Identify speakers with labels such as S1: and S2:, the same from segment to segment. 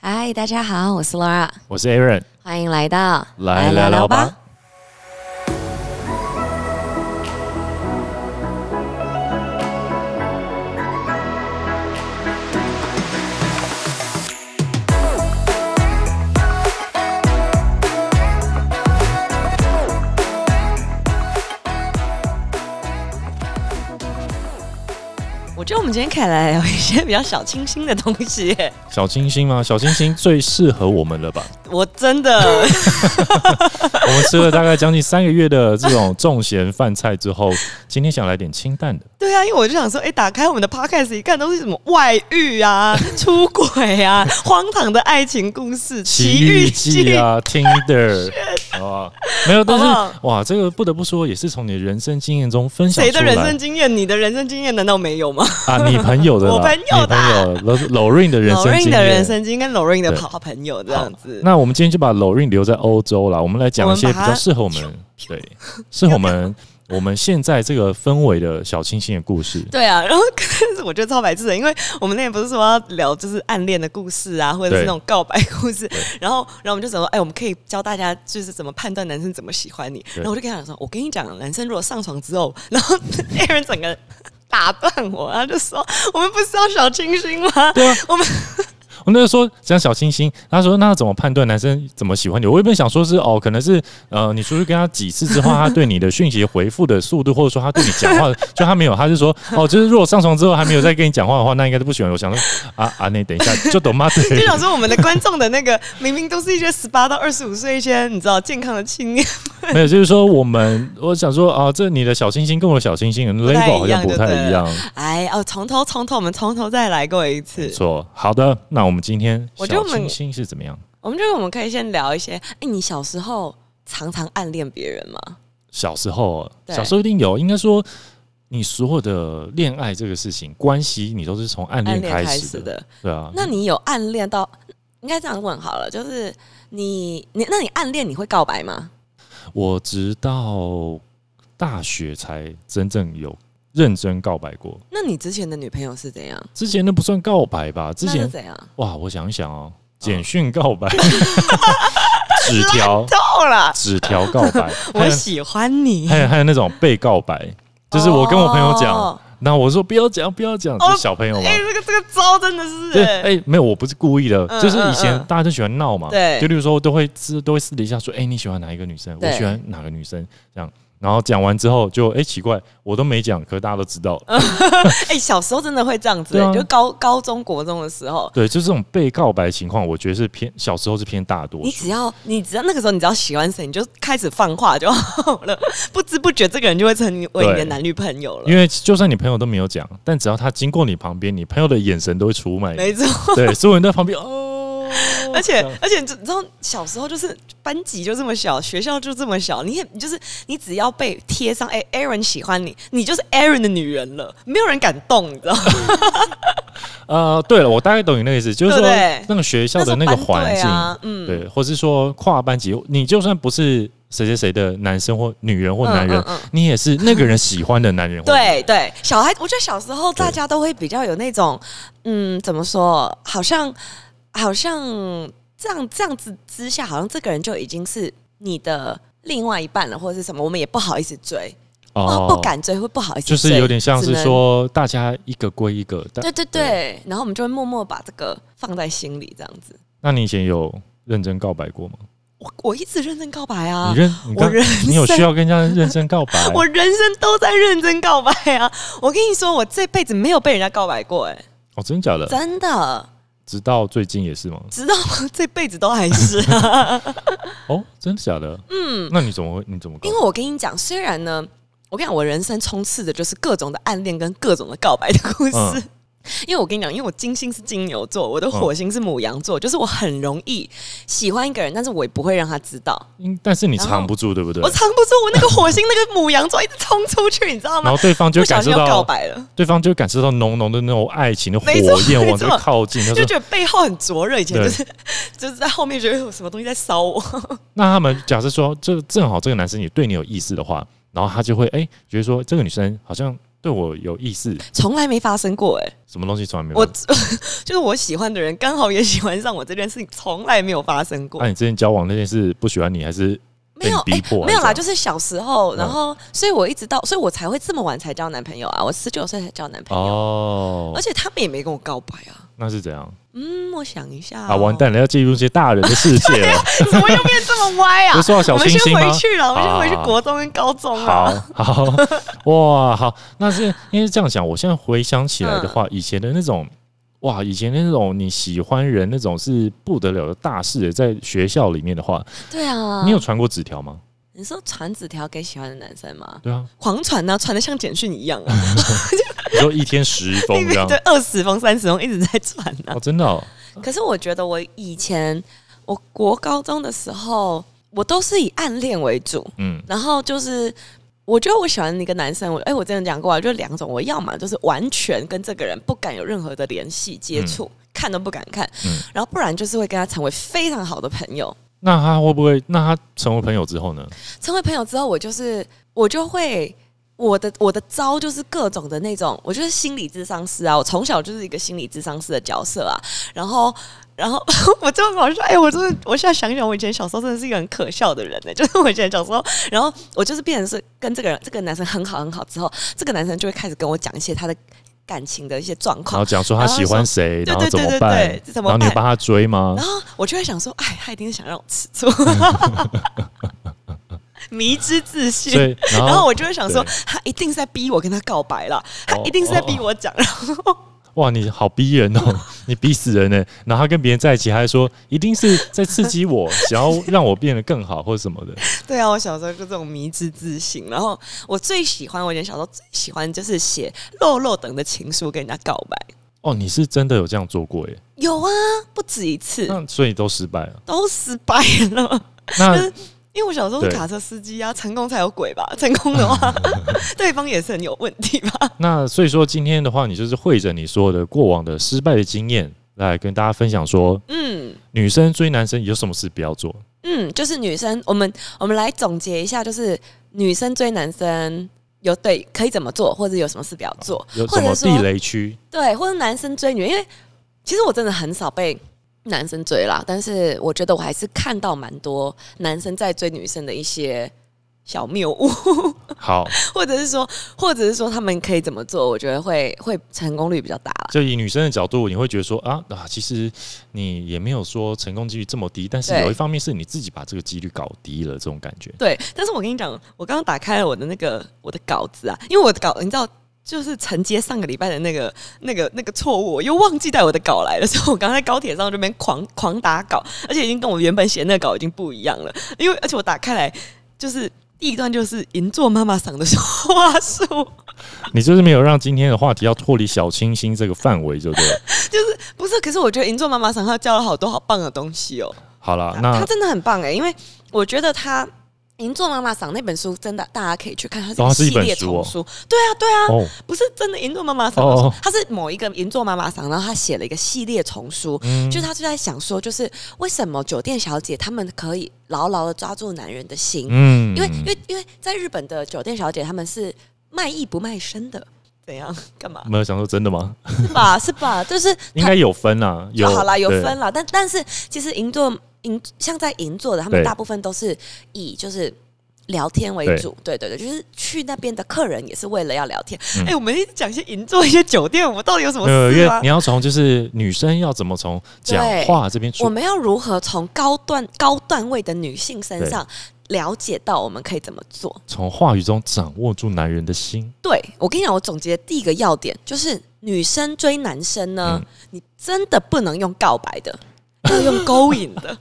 S1: 嗨，大家好，我是 Laura，
S2: 我是 Aaron，
S1: 欢迎来到
S2: 来聊聊吧。
S1: 我觉得我们今天可以来聊一些比较小清新的东西耶。
S2: 小清新吗？小清新最适合我们了吧？
S1: 我真的
S2: 我们吃了大概将近三个月的这种重咸饭菜之 后，今天想来点清淡的。
S1: 对啊，因为我就想说，哎、打开我们的 podcast 一看，都是什么外遇啊、 出轨啊、荒唐的爱情故事、
S2: 奇遇记，啊，Tinder 啊，没有，但是
S1: 好不
S2: 哇，这个不得不说，也是从你的人生经验中分享
S1: 谁
S2: 出
S1: 的
S2: 来
S1: 人生经验？你的人生经验难道没有吗
S2: 啊，你朋友的啦，
S1: 我朋友的
S2: 你朋友 l o r i n 的人生经
S1: Lorraine
S2: 验。
S1: 的人生经验跟 Lorraine 的
S2: 对
S1: 好朋友这样子。
S2: 那我们今天就把 l o r i n 留在欧洲啦，我们来讲一些
S1: 我
S2: 比
S1: 们把它
S2: 较适合我们， 对，适合我们我们现在这个氛围的小清新的故事。
S1: 对啊， 然后可是我觉得超白痴的，因为我们那天不是说要聊就是暗恋的故事啊，或者是那
S2: 对
S1: 种告白故事， 然后然后我们就想说，哎、我们可以教大家就是怎么判断男生怎么喜欢你。然后我就跟他讲说，我跟你讲，男生如果上床之后，然后 Aaron 整个打断我，他就说，我们不是要小清新吗？
S2: 对啊，
S1: 我们
S2: 我那时候讲小清新，他说那怎么判断男生怎么喜欢你？我原本想说是哦，可能是呃，你出去跟他几次之后，他对你的讯息回复的速度，或者说他对你讲话的，就他没有，他是说哦，就是如果上床之后还没有再跟你讲话的话，那应该是不喜欢。我想说啊啊，那等一下就懂吗？
S1: 就
S2: 对
S1: 想说，我们的观众的那个明明都是一些十八到二十五岁一些你知道健康的青年，
S2: 没有，就是说我们我想说啊，这你的小清新跟我的小清新的
S1: 太一
S2: label
S1: 样
S2: 好像不太一样，
S1: 哎哦，从头从头，我们从头再来过一
S2: 没
S1: 次。
S2: 错。好的，那我们今天
S1: 我觉得
S2: 小
S1: 我们
S2: 清新是怎么样？
S1: 我们觉得我们可以先聊一些，哎、你小时候常常暗恋别人吗？
S2: 小时候哦，
S1: 对
S2: 小时候一定有，应该说你所有的恋爱这个事情，关系你都是从暗
S1: 暗
S2: 恋嗯
S1: 恋
S2: 开
S1: 开
S2: 始
S1: 始
S2: 的，
S1: 的，
S2: 对啊。
S1: 那你有暗恋到？应该这样问好了，就是你你那你暗恋你会告白吗？
S2: 我直到大学才真正有认真告白过，
S1: 那你之前的女朋友是怎样？
S2: 之前那不算告白吧？之
S1: 那
S2: 前
S1: 是怎样？
S2: 哇，我想一想哦，简讯告 白，纸条
S1: 够了，
S2: 纸条告白，还
S1: 我
S2: 有
S1: 喜欢你
S2: 还。有还有那种被告白，就是我跟我朋友讲，
S1: 哦
S2: 那、我说不要讲不要讲，
S1: 哦
S2: 是小朋友嘛
S1: 哎、。这个这个招真的是、
S2: 对，
S1: 哎
S2: 哎、没有，我不是故意的，
S1: 嗯
S2: 就是以前
S1: 嗯嗯
S2: 大家都喜欢闹嘛，
S1: 对
S2: 就例如说都会私都会私底下说，哎、你喜欢哪一个女生？我
S1: 对
S2: 喜欢哪个女生？这样，然后讲完之后就，哎、奇怪，我都没讲，可大家都知道，
S1: 哎小时候真的会这样子、
S2: 对啊
S1: 就高高中国中的时候，
S2: 对，就这种被告白情况，我觉得是偏小时候是偏大多
S1: 你
S2: 数，
S1: 只要你只要那个时候你只要喜欢谁，你就开始放话就好了， 不知不觉这个人就会成为你的
S2: 对
S1: 男女朋友了。
S2: 因为就算你朋友都没有讲，但只要他经过你旁边，你朋友的眼神都会出卖你，
S1: 没 错，
S2: 对，所有人都在旁边哦，
S1: 而且
S2: 这样
S1: 而且你知道小时候就是班级就这么小，学校就这么小，你也你就是你只要被贴上哎、Aaron 喜欢你，你就是 Aaron 的女人了，没有人敢动，你知道吗？
S2: 呃，对了，我大概懂你那个意思，就是说
S1: 对不对
S2: 那个学校的那个环
S1: 那时
S2: 境，
S1: 候班队啊嗯
S2: 对，或是说跨班级，你就算不是谁谁谁的男生或女人或男人，
S1: 嗯嗯嗯
S2: 你也是那个人喜欢的男人或女人。
S1: 对对，小孩，我觉得小时候大
S2: 对
S1: 家都会比较有那种，嗯，怎么说？好像好像这样这样子之下，好像这个人就已经是你的另外一半了，或者是什么，我们也不好意思追，哦，不，敢追，会不好意思
S2: 就
S1: 追，
S2: 是有点像
S1: 只
S2: 是
S1: 能。
S2: 说大家一个归一个。但
S1: 对对对，然后我们就会默默把这个放在心里，这样子。
S2: 那你以前有认真告白过吗？
S1: 我我一直认真告白啊
S2: 你，认你
S1: 我
S2: 刚
S1: 人
S2: 你有
S1: 生
S2: 需要跟人家认真告白？
S1: 我人生都在认真告白啊！我跟你说，我这辈子没有被人家告白过、哎，
S2: 哦，真假的？
S1: 真的，
S2: 直到最近也是吗？
S1: 直到我这辈子都还是啊。
S2: 哦，真假的？嗯，那你怎么会？你怎么告
S1: 因为？我跟你讲，虽然呢，我跟你讲，我人生充斥着就是各种的暗恋跟各种的告白的故事。
S2: 嗯
S1: 因为我跟你讲，因为我金星是金牛座，我的火星是母羊座，就是我很容易喜欢一个人，但是我也不会让他知道。
S2: 因但是你
S1: 然后
S2: 藏不住，对不对
S1: 我？藏不住我那个火星那个母羊座一直冲出去，你知道
S2: 然
S1: 吗
S2: 后？对方就
S1: 不
S2: 会
S1: 小
S2: 感受
S1: 心要告
S2: 到
S1: 白了，
S2: 对方就会感受到浓浓的那种爱情的火
S1: 没错
S2: 焰往
S1: 没
S2: 这
S1: 错
S2: 边靠近。他
S1: 就
S2: 说
S1: 觉得背后很灼热。以前就是就是在后面觉得有什么东西在烧我，：“
S2: 那他们假设说，这正好这个男生也对你有意思的话，然后他就会哎、觉得说这个女生好像对我有意思，
S1: 从来没发生过哎、
S2: 什么东西从来没有
S1: 我
S2: 发
S1: 就是我喜欢的人刚好也喜欢上我这件事情，从来没有发生过
S2: 那、。啊你之前交往那件事不喜欢你，还是
S1: 没有，啊
S2: 被你逼迫
S1: 没有
S2: 还
S1: 啦，
S2: 是
S1: 就是小时候，
S2: 嗯
S1: 然后，所以我一直到，所以我才会这么晚才交男朋友啊，我十九岁才交男朋友，
S2: 哦
S1: 而？且他们也没跟我告白啊。
S2: 那是怎样
S1: 嗯，我想一下、
S2: 啊？完，蛋了，要进入一些大人的世界了。
S1: 怎么又变这么 歪啊
S2: 不是？说到小
S1: 我们
S2: 星
S1: 先
S2: 星吗
S1: 回？去了，我们
S2: 好
S1: 先回
S2: 好
S1: 去
S2: 好
S1: 国中跟高中啊。
S2: 好好 哇，好，那是因为这样讲，我现在回想起来的
S1: 嗯
S2: 话，以前的那种。哇，以前那种你喜欢人那种是不得了的大事，在学校里面的话，
S1: 对啊，
S2: 你有传过纸条吗？
S1: 你说传纸条给喜欢的男生吗？
S2: 对啊，
S1: 狂传啊，传的像简讯一样啊，
S2: 你说一天十封嗯 这样
S1: 对，，二十封、三十封一直在传啊
S2: 哦，。真的哦，
S1: 可是我觉得我以前，我国高中的时候，我都是以暗恋为主，
S2: 嗯，
S1: 然后就是。我觉得我喜欢一个男生，我哎、我之前讲过啊，就两种，我要么就是完全跟这个人不敢有任何的联系接触，看都不敢看，
S2: 嗯
S1: 然后不然就是会跟他成为非常好的朋友。
S2: 那他会不会？那他成为朋友之后呢？
S1: 成为朋友之后，我就是我就会我的我的招就是各种的那种，我就是心理智商师啊，我从小就是一个心理智商师的角色啊，然后。然后 我就好像，哎、我真的，我现在想想，我以前小时候真的是一个很可笑的人呢、就是我以前小时候，然后我就是变成是跟这个人，这个男生很好很好之后，这个男生就会开始跟我讲一些他的感情的一些状
S2: 然
S1: 况
S2: 后，讲说他喜欢谁，
S1: 然
S2: 然
S1: 后
S2: 后
S1: 说
S2: 怎么
S1: 对对对
S2: 办？
S1: 对对怎么
S2: 然后你
S1: 办
S2: 帮他追吗
S1: 然？后我就会想说，哎，他一定是想让我吃 醋，迷之自信。
S2: 所以，然
S1: 然后
S2: 后
S1: 我就会想说
S2: 对，
S1: 他一定是在逼我跟他告白了，他
S2: 哦
S1: 一定是在逼我讲。然后
S2: 哇，你好逼人哦，你逼死人呢。然后他跟别人在一起，他还说一定是在刺激我，想要让我变得更好或者什么的。
S1: 对啊，我小时候就这种迷之自信。然后我最喜欢，我以前小时候最喜欢就是写肉肉等的情书跟人家告白，
S2: 哦，你是真的有这样做过耶？
S1: 有啊，不止一次，
S2: 那所以都失败了。
S1: 都失败了。
S2: 那
S1: 就是因为我小时候是
S2: 对
S1: 卡车司机啊，成功才有鬼吧？ 成功 的话，对方也是很有问题吧？
S2: 那所以说今天的话，你就是会着你所有的过往的失败的经验来跟大家分享说，
S1: 嗯。
S2: 女生追男生有什么事不要做？
S1: 嗯，就是女生，我们我们来总结一下，就是女生追男生有对可以怎么做，或者有什么事不要做，
S2: 哦有
S1: 或
S2: 什
S1: 者
S2: 么
S1: 说
S2: 地雷区？
S1: 对，或者男生追女，因为其实我真的很少被男生追啦，但是我觉得我还是看到蛮多男生在追女生的一些小谬误，
S2: 好，
S1: 或者是说，或者是说他们可以怎么做，我觉得会会成功率比较大啦。
S2: 就以女生的角度，你会觉得说啊啊，其实你也没有说成功几率这么低，但是
S1: 对
S2: 有一方面是你自己把这个几率搞低了，这种感觉。
S1: 对，但是我跟你讲，我刚刚打开了我的那个我的稿子啊，因为我的稿，你知道。就是承接上个礼拜的那个、那个、那个错误，我又忘记带我的稿来了，所以我刚才在高铁上这边狂狂打稿，而且已经跟我原本写的那个稿已经不一样了。因为而且我打开来，就是第一段就是银座妈妈嗓的说话术，
S2: 你就是没有让今天的话题要脱离小清新这个范围，对不 对？
S1: 就是不是？可是我觉得银座妈妈嗓她教了好多好棒的东西哦。
S2: 好啦，
S1: 他
S2: 那
S1: 他真的很棒哎、因为我觉得他《银座妈妈赏》那本书真的大家可以去看，它
S2: 哦它是
S1: 是一
S2: 一
S1: 系列
S2: 本书
S1: 丛
S2: 哦
S1: 书。对啊，对啊，
S2: 哦，
S1: 不是真的《银座妈妈赏》
S2: 哦哦
S1: 它是某一个《银座妈妈赏》，然后他写了一个系列丛书，
S2: 嗯
S1: 就是他就在想说，就是为什么酒店小姐她们可以牢牢的抓住男人的心，
S2: 嗯
S1: 因为因为因为在日本的酒店小姐她们是卖艺不卖身的。怎样？干嘛？
S2: 没有想说真的吗？
S1: 是吧？是吧？就是
S2: 应该有分啦，有
S1: 就好啦，有
S2: 对
S1: 分啦。啊但但是其实银座银像在银座的，他们
S2: 对
S1: 大部分都是以就是。聊天为主，对对对，就是去那边的客人也是为了要聊天。哎、
S2: 嗯
S1: 我们一直讲一些银座一些酒店，我们到底有什么
S2: 没有，因
S1: 事啊
S2: 为
S1: 吗
S2: 你？要从就是女生要怎么从讲话这边
S1: 我
S2: 出，
S1: 们要如何从高段高段位的女性身上了解到我们可以怎么做？
S2: 从话语中掌握住男人的心。
S1: 对我跟你讲，我总结第一个要点就是，女生追男生呢，
S2: 嗯
S1: 你真的不能用告白的，要用勾引的。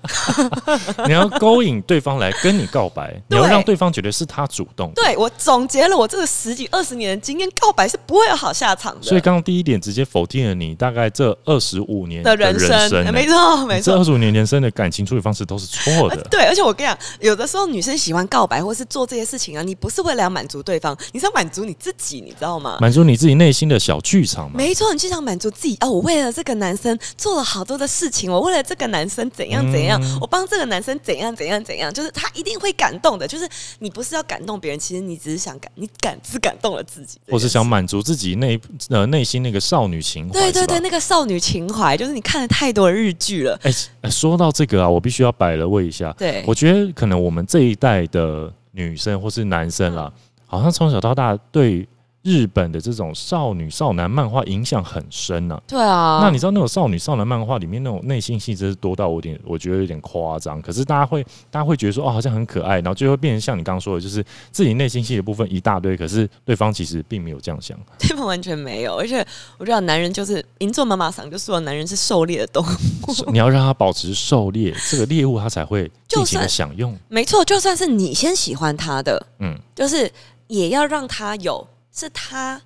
S2: 你要勾引对方来跟你告白，你要让对方觉得是他主动。
S1: 对我总结了我这个十几二十年的经验，告白是不会有好下场的。
S2: 所以刚刚第一点直接否定了你大概这二十五年
S1: 的人
S2: 人
S1: 生，
S2: 生欸，
S1: 没错没
S2: 这二
S1: 错。
S2: 十五年人生的感情处理方式都是错的。
S1: 对，而且我跟你讲，有的时候女生喜欢告白或是做这些事情啊，你不是为了要满足对方，你是要满足你自己，你知道吗？
S2: 满足你自己内心的小剧场嘛？
S1: 没错，你就想满足自己啊！我为了这个男生做了好多的事情，我为了这这个男生怎样怎样，
S2: 嗯
S1: 我帮这个男生怎样怎样怎样，就是他一定会感动的。就是你不是要感动别人，其实你只是想感，你感只感动了自己，
S2: 或是想。满足自己内呃内心那个少女情怀，
S1: 对对
S2: 是吧
S1: 对，那个少女情怀，就是你看了太多日剧了。
S2: 哎、呃说到这个啊，我必须要摆了位一下。
S1: 对，
S2: 我觉得可能我们这一代的女生或是男生
S1: 嗯
S2: 啦，好像从小到大对日本的这种少女少男漫画影响很深呐、
S1: 对啊。
S2: 那你知道那种少女少男漫画里面那种内心戏真是多到我有点，我觉得有点夸张。可是大家会，大家会觉得说哦，好像很可爱，然后就会变成像你刚刚说的，就是自己内心戏的部分一大堆，可是对方其实并没有这样想。
S1: 对方完全没有，而且我知道男人就是银座妈妈桑就说男人是狩猎的动物，
S2: 是你要让他保持狩猎，这个猎物他才会尽
S1: 就
S2: 情
S1: 算
S2: 的享用。
S1: 没错，就算是你先喜欢他的，
S2: 嗯，
S1: 就是也要让他有是他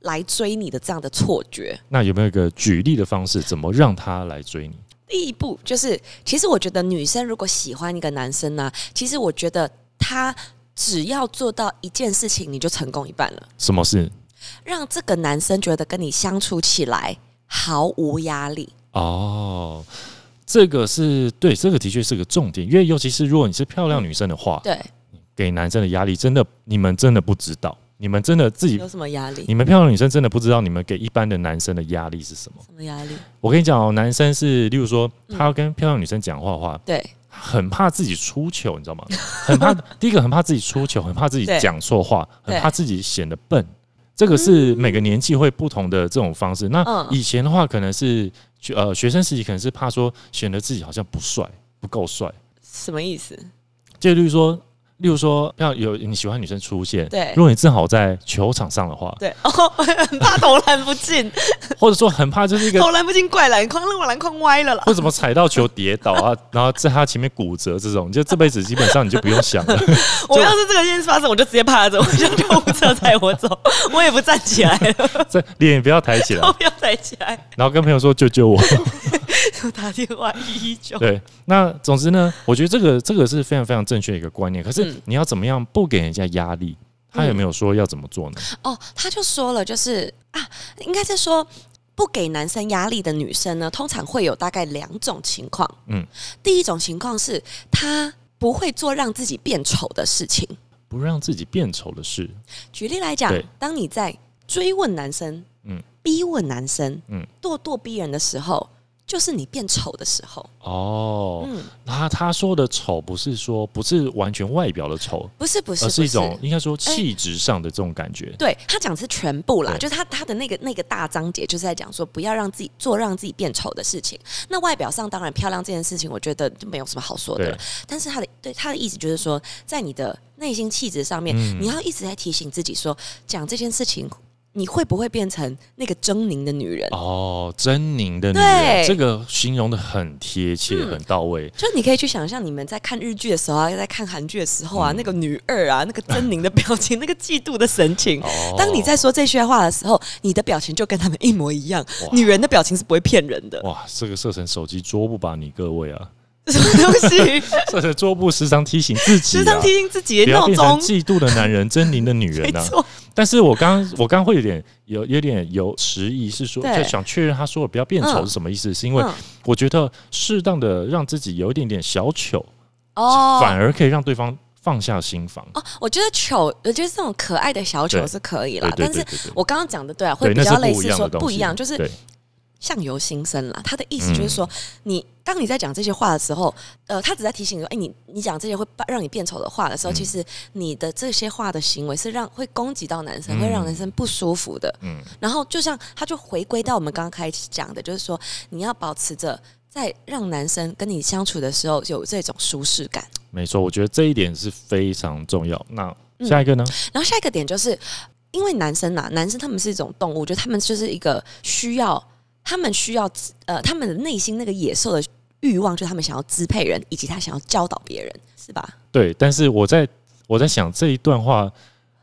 S1: 来追你的这样的错觉。
S2: 那有没有一个举例的方式，怎么让他来追你？
S1: 第一步就是，其实我觉得女生如果喜欢一个男生呢、其实我觉得他只要做到一件事情，你就成功一半了，
S2: 什么事？
S1: 让这个男生觉得跟你相处起来毫无压力。
S2: 哦，这个是对，这个的确是个重点，因为尤其是如果你是漂亮女生的话，
S1: 对，
S2: 给男生的压力真的，你们真的不知道，你们真的自己
S1: 有，什么压力？
S2: 你们漂亮女生真的不知道，你们给一般的男生的压力是什么。
S1: 什么压力？
S2: 我跟你讲哦，男生是，例如说，
S1: 嗯
S2: 他要跟漂亮女生讲话的话，
S1: 对，
S2: 很怕自己出糗，你知道吗？ 很怕第一个很怕自己出糗，很怕自己
S1: 对
S2: 讲错话，
S1: 对
S2: 很怕自己显得笨。这个是每个年纪会不同的这种方式。那
S1: 嗯
S2: 以前的话，可能是学呃学生时期可能是怕说显得自己好像不帅，不够帅。
S1: 什么意思？
S2: 就例如说，例如说，像有你喜欢女生出现，
S1: 对
S2: 如果你正好在球场上的话，
S1: 对， 哦，很怕投篮不进，
S2: 或者说很怕 就是一个
S1: 投篮不进怪篮筐，那我篮筐 歪了啦。
S2: 或怎么踩到球跌倒啊，然后在他前面骨折这种，你就这辈子基本上你就不用 想了。
S1: 我要是这个件事发生，我就直接趴着，我就 救护车载我走，我也不站 起来了，
S2: 这脸也不要抬起来
S1: 都，不要站起来，
S2: 然后跟朋友说救救 我。
S1: 就打电话一一九。
S2: 对，那总之呢，我觉得这个这个是非常非常正确的一个观念。可是
S1: 嗯
S2: 你要怎么样不给人家压力？他有没有说要怎么做呢？
S1: 哦，他就说了，就是啊，应该是说不给男生压力的女生呢，通常会有大概两种情况。
S2: 嗯
S1: 嗯，第一种情况是她不会做让自己变丑的事情。
S2: 不让自己变丑的事，
S1: 举例来讲
S2: 对，
S1: 当你在追问男生、
S2: 嗯
S1: 嗯，逼问男生、
S2: 嗯
S1: 嗯，咄咄逼人的时候，就是你变丑的时候。
S2: 哦，
S1: 嗯，
S2: 他他说的丑不是说不是完全外表的丑，
S1: 不是不是，
S2: 而哦是一
S1: 不
S2: 种应该说气质上的这种感觉。
S1: 对他讲的是全部啦，
S2: 对
S1: 就是他他的那个那个大章节就是在讲说不要让自己做让自己变丑的事情。那外表上当然漂亮这件事情，我觉得就没有什么好说的
S2: 对
S1: 了。，但是他的对他的意思就是说，在你的内心气质上面，
S2: 嗯
S1: 你要一直在提醒自己说，讲这件事情你会不会变成那个狰狞的女人？
S2: 哦，狰狞的女人，
S1: 哎对
S2: 这个形容的很贴切，
S1: 嗯
S2: 很到位。
S1: 就你可以去想象，你们在看日剧的时候啊，在看韩剧的时候啊，
S2: 嗯
S1: 那个女二啊，那个狰狞的表情，那个嫉妒的神情。
S2: 哦，
S1: 当你在说这些话的时候，你的表情就跟他们一模一样。女人的表情是不会骗人的，
S2: 哇，这个射成手机桌布吧，你各位啊，
S1: 什么东 西？
S2: 射成桌布时常提醒自己、啊，
S1: 时常提醒自己
S2: 啊不
S1: 的
S2: 要
S1: 闹
S2: 变成
S1: 钟，
S2: 嫉妒的男人、狰狞的女
S1: 没
S2: 人啊！
S1: 错，
S2: 但是我刚我刚会有点有有点有迟疑，是说
S1: 对
S2: 就想确认他说的不要变丑
S1: 嗯
S2: 是什么意思？是因为
S1: 嗯
S2: 我觉得适当的让自己有一点点小糗，
S1: 哦
S2: 反而可以让对方放下心防。
S1: 哦，我觉得呃糗，我觉得这种可爱的小糗
S2: 对
S1: 是可以
S2: 对
S1: 啦，
S2: 对
S1: 但
S2: 对
S1: 是。
S2: 对对。
S1: 我刚刚讲的对啊，会
S2: 对，
S1: 比
S2: 那
S1: 较
S2: 是
S1: 类
S2: 不一
S1: 似
S2: 样
S1: 说
S2: 的东西，
S1: 不一样，就是
S2: 对
S1: 相由心生啦。他的意思就是说，你当你在讲这些话的时候，呃，他只在提醒你说，哎、你你讲这些会把让你变丑的话的时候，其实你的这些话的行为是让会攻击到男生，会让男生不舒服的。
S2: 嗯
S1: 然后就像他就回归到我们刚刚开始讲的，就是说你要保持着在让男生跟你相处的时候有这种舒适感。
S2: 没错，我觉得这一点是非常重要。那
S1: 嗯
S2: 下一个呢？
S1: 然后下一个点就是，因为男生呐、男生他们是一种动物，就他们就是一个需要，他们需要呃，他们的内心那个野兽的欲望，就是他们想要支配人，以及他想要教导别人，是吧？
S2: 对，但是我在我在想这一段话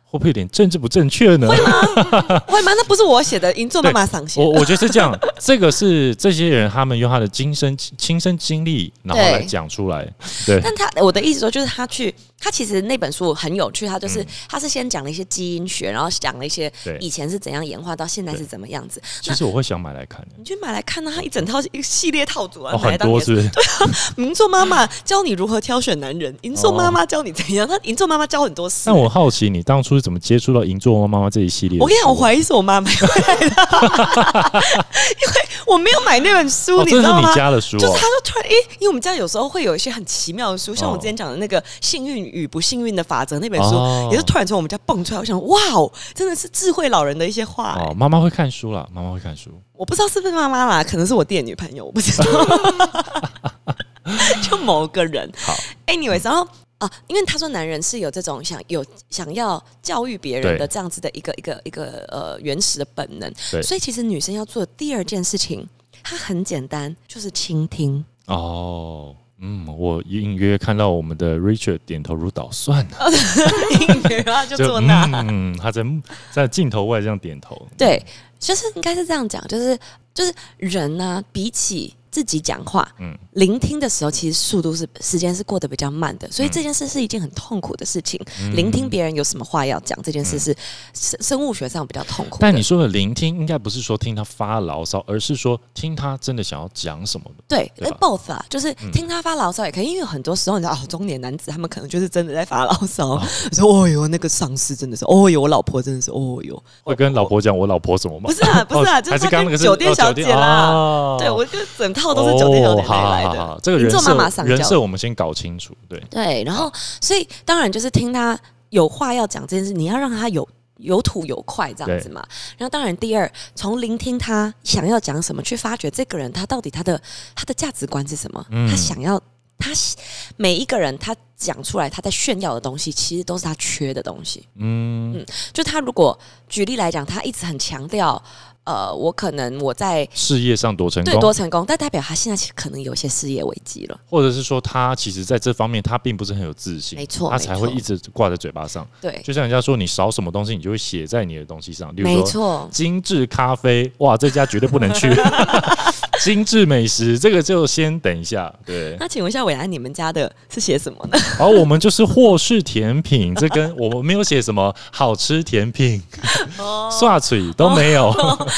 S2: 会不会有点政治不正确呢？
S1: 会吗？那不是我写的，银座妈妈赏写
S2: 我我觉得是这样， 这个是这些人他们用他的亲身亲身经历，然后来
S1: 对
S2: 讲出 来。对，
S1: 但他我的意思说，就是他去，他其实那本书很有趣，他就是、他是先讲了一些基因学，然后讲了一些
S2: 嗯对
S1: 以前是怎样演化到现在是怎么样子。
S2: 其实我会想买来看的，
S1: 你去买来看呢、啊它一整套一个系列套组啊，
S2: 哦，
S1: 买
S2: 很
S1: 来当
S2: 多
S1: 你的
S2: 是不是？
S1: 银座妈妈教你如何挑选男人，银座
S2: 哦
S1: 妈妈教你怎样，她银座妈妈教很多事
S2: 但。我好奇你当初是怎么接触到《银座妈妈》这一系列的书？
S1: 我跟你讲，我怀疑是我妈买回来的，因为我没有买那本书，
S2: 哦，
S1: 你
S2: 这
S1: 知
S2: 是
S1: 道
S2: 你
S1: 吗？
S2: 家的书
S1: 就
S2: 哦
S1: 是他，就突然，诶、因为我们家有时候会有一些很奇妙的书，像我
S2: 哦
S1: 之前讲的那个《幸运与不幸运的法则》那本书，
S2: 哦
S1: 也是突然从我们家蹦出来。我想，哇哦，真的是智慧老人的一些话、诶
S2: 哦，妈妈会看书啦，妈妈会看书。
S1: 我不知道是不是妈妈啦，可能是我弟的女朋友，我 不知道。就某个人。
S2: 好
S1: ，anyways，然后啊，因为他说男人是有这种想有想要教育别人的
S2: 对
S1: 这样子的一个一个一个呃原始的本能，
S2: 对
S1: 所以其实女生要做的第二件事情，它很简单，就是 倾听。
S2: 哦，嗯，我隐约看到我们的 Richard 点头如捣蒜啊，
S1: 然后 啊就坐那。
S2: 嗯，他在在镜头外这样点头。
S1: 对，就是应该是这样讲，就是就是人呢、比起自己讲话，
S2: 嗯
S1: 嗯，聆听的时候其实速度是时间是过得比较慢的，所以
S2: 嗯
S1: 这件事是一件很痛苦的事情。
S2: 嗯
S1: 聆听别人有什么话要讲，这件事是生生物学上比较痛苦的。
S2: 但你说的聆听，应该不是说听他发牢骚，而是说听他真的想要讲什么的。
S1: 对，
S2: 对
S1: 那
S2: 吧嗯
S1: both 啊，就是听他发牢骚也可以，因为有很多时候你知道，哦，中年男子他们可能就是真的在发牢骚，说哦哟，那个上司真的是，哦哟，我老婆真的是，哦哟，
S2: 会跟老婆讲我老婆什么吗
S1: 不？是 啊，不是啊，
S2: 哦
S1: 就
S2: 还是
S1: 是他
S2: 刚刚那
S1: 跟
S2: 个是
S1: 酒店
S2: 哦
S1: 小姐啦，
S2: 哦
S1: 对我就整套都是酒店小
S2: 哦
S1: 姐妹来
S2: 好好
S1: 的。
S2: 好这个
S1: 你
S2: 人
S1: 做妈妈
S2: 设
S1: 上
S2: 人
S1: 交
S2: 设我们先搞清楚。对，
S1: 对，然后所以当然就是听他有话要讲这件事，你要让他有有吐有快这样子嘛。然后当然第二，从聆听他想要讲什么，去发掘这个人他到底他的他的价值观是什么，
S2: 嗯
S1: 他想要他喜每一个人他讲出来他在炫耀的东西，其实都是他缺的东西。
S2: 嗯，
S1: 就他如果举例来讲，他一直很强调，呃，我可能我在。
S2: 事业上多成
S1: 对，
S2: 功
S1: 多，成功，但代表他现在其实可能有一些事业危机了。
S2: 或者是说他其实在这方面他并不是很有自信，
S1: 没错
S2: 他才
S1: 没
S2: 会
S1: 错
S2: 一直挂在嘴巴上。
S1: 对，
S2: 就像人家说，你少什么东西，你就会写在你的东西上。例
S1: 没
S2: 如说，
S1: 错，
S2: 精致咖啡，哇，这家绝对不能去。 精致美食，这个就先等一下。对，
S1: 那请问一下伟安，你们家的是写什么呢？
S2: 而我们就是霍氏甜品，这跟我们没有写什么好吃甜品、
S1: 哦
S2: 刷嘴都没有。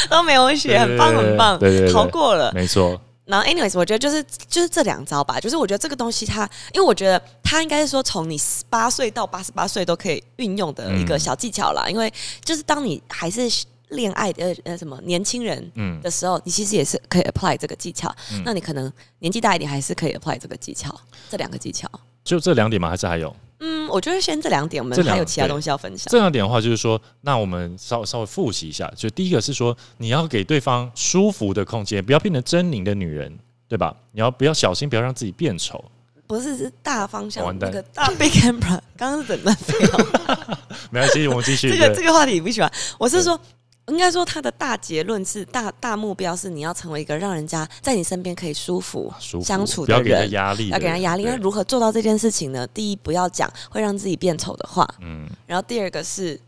S1: 都没有写，很棒，
S2: 对对对
S1: 很棒
S2: 对对，对
S1: 逃过了。
S2: 没错，
S1: 然后，anyways，我觉得就是就是这两招吧，就是我觉得这个东西它，因为我觉得它应该是说从你十八岁到八十八岁都可以运用的一个
S2: 嗯
S1: 小技巧啦。因为就是当你还是恋爱的呃什么年轻人
S2: 嗯，
S1: 的时候，你其实也是可以 apply 这个技巧。那你可能年纪大一点，还是可以 apply 这个技巧，这两个技巧。
S2: 就这两点嘛，还是还有
S1: 嗯，我觉得先这两点，我
S2: 这
S1: 们
S2: 两
S1: 还有其他
S2: 对
S1: 东西要分享。
S2: 这两点的话，就是说，那我们稍稍微复习一下，就第一个是说，你要给对方舒服的空间，不要变成狰狞的女人，对吧？你要不要小心，不要让自己变丑。
S1: 不是是大方向
S2: 完，蛋
S1: 那个大 big camera，刚刚是怎么乱飞啊？
S2: 没关系，我们继续。
S1: 这个这
S2: 对
S1: 个话题你不喜欢，我是说。应该说，他的大结论是大大目标是你要成为一个让人家在你身边可以舒服
S2: 舒服
S1: 相处
S2: 不要
S1: 的
S2: 给他
S1: 人，
S2: 压力的人，
S1: 要给人家压力。
S2: 对
S1: 那如何做到这件事情呢？第一，不要讲会让自己变丑的话；
S2: 嗯，
S1: 然后第二个是，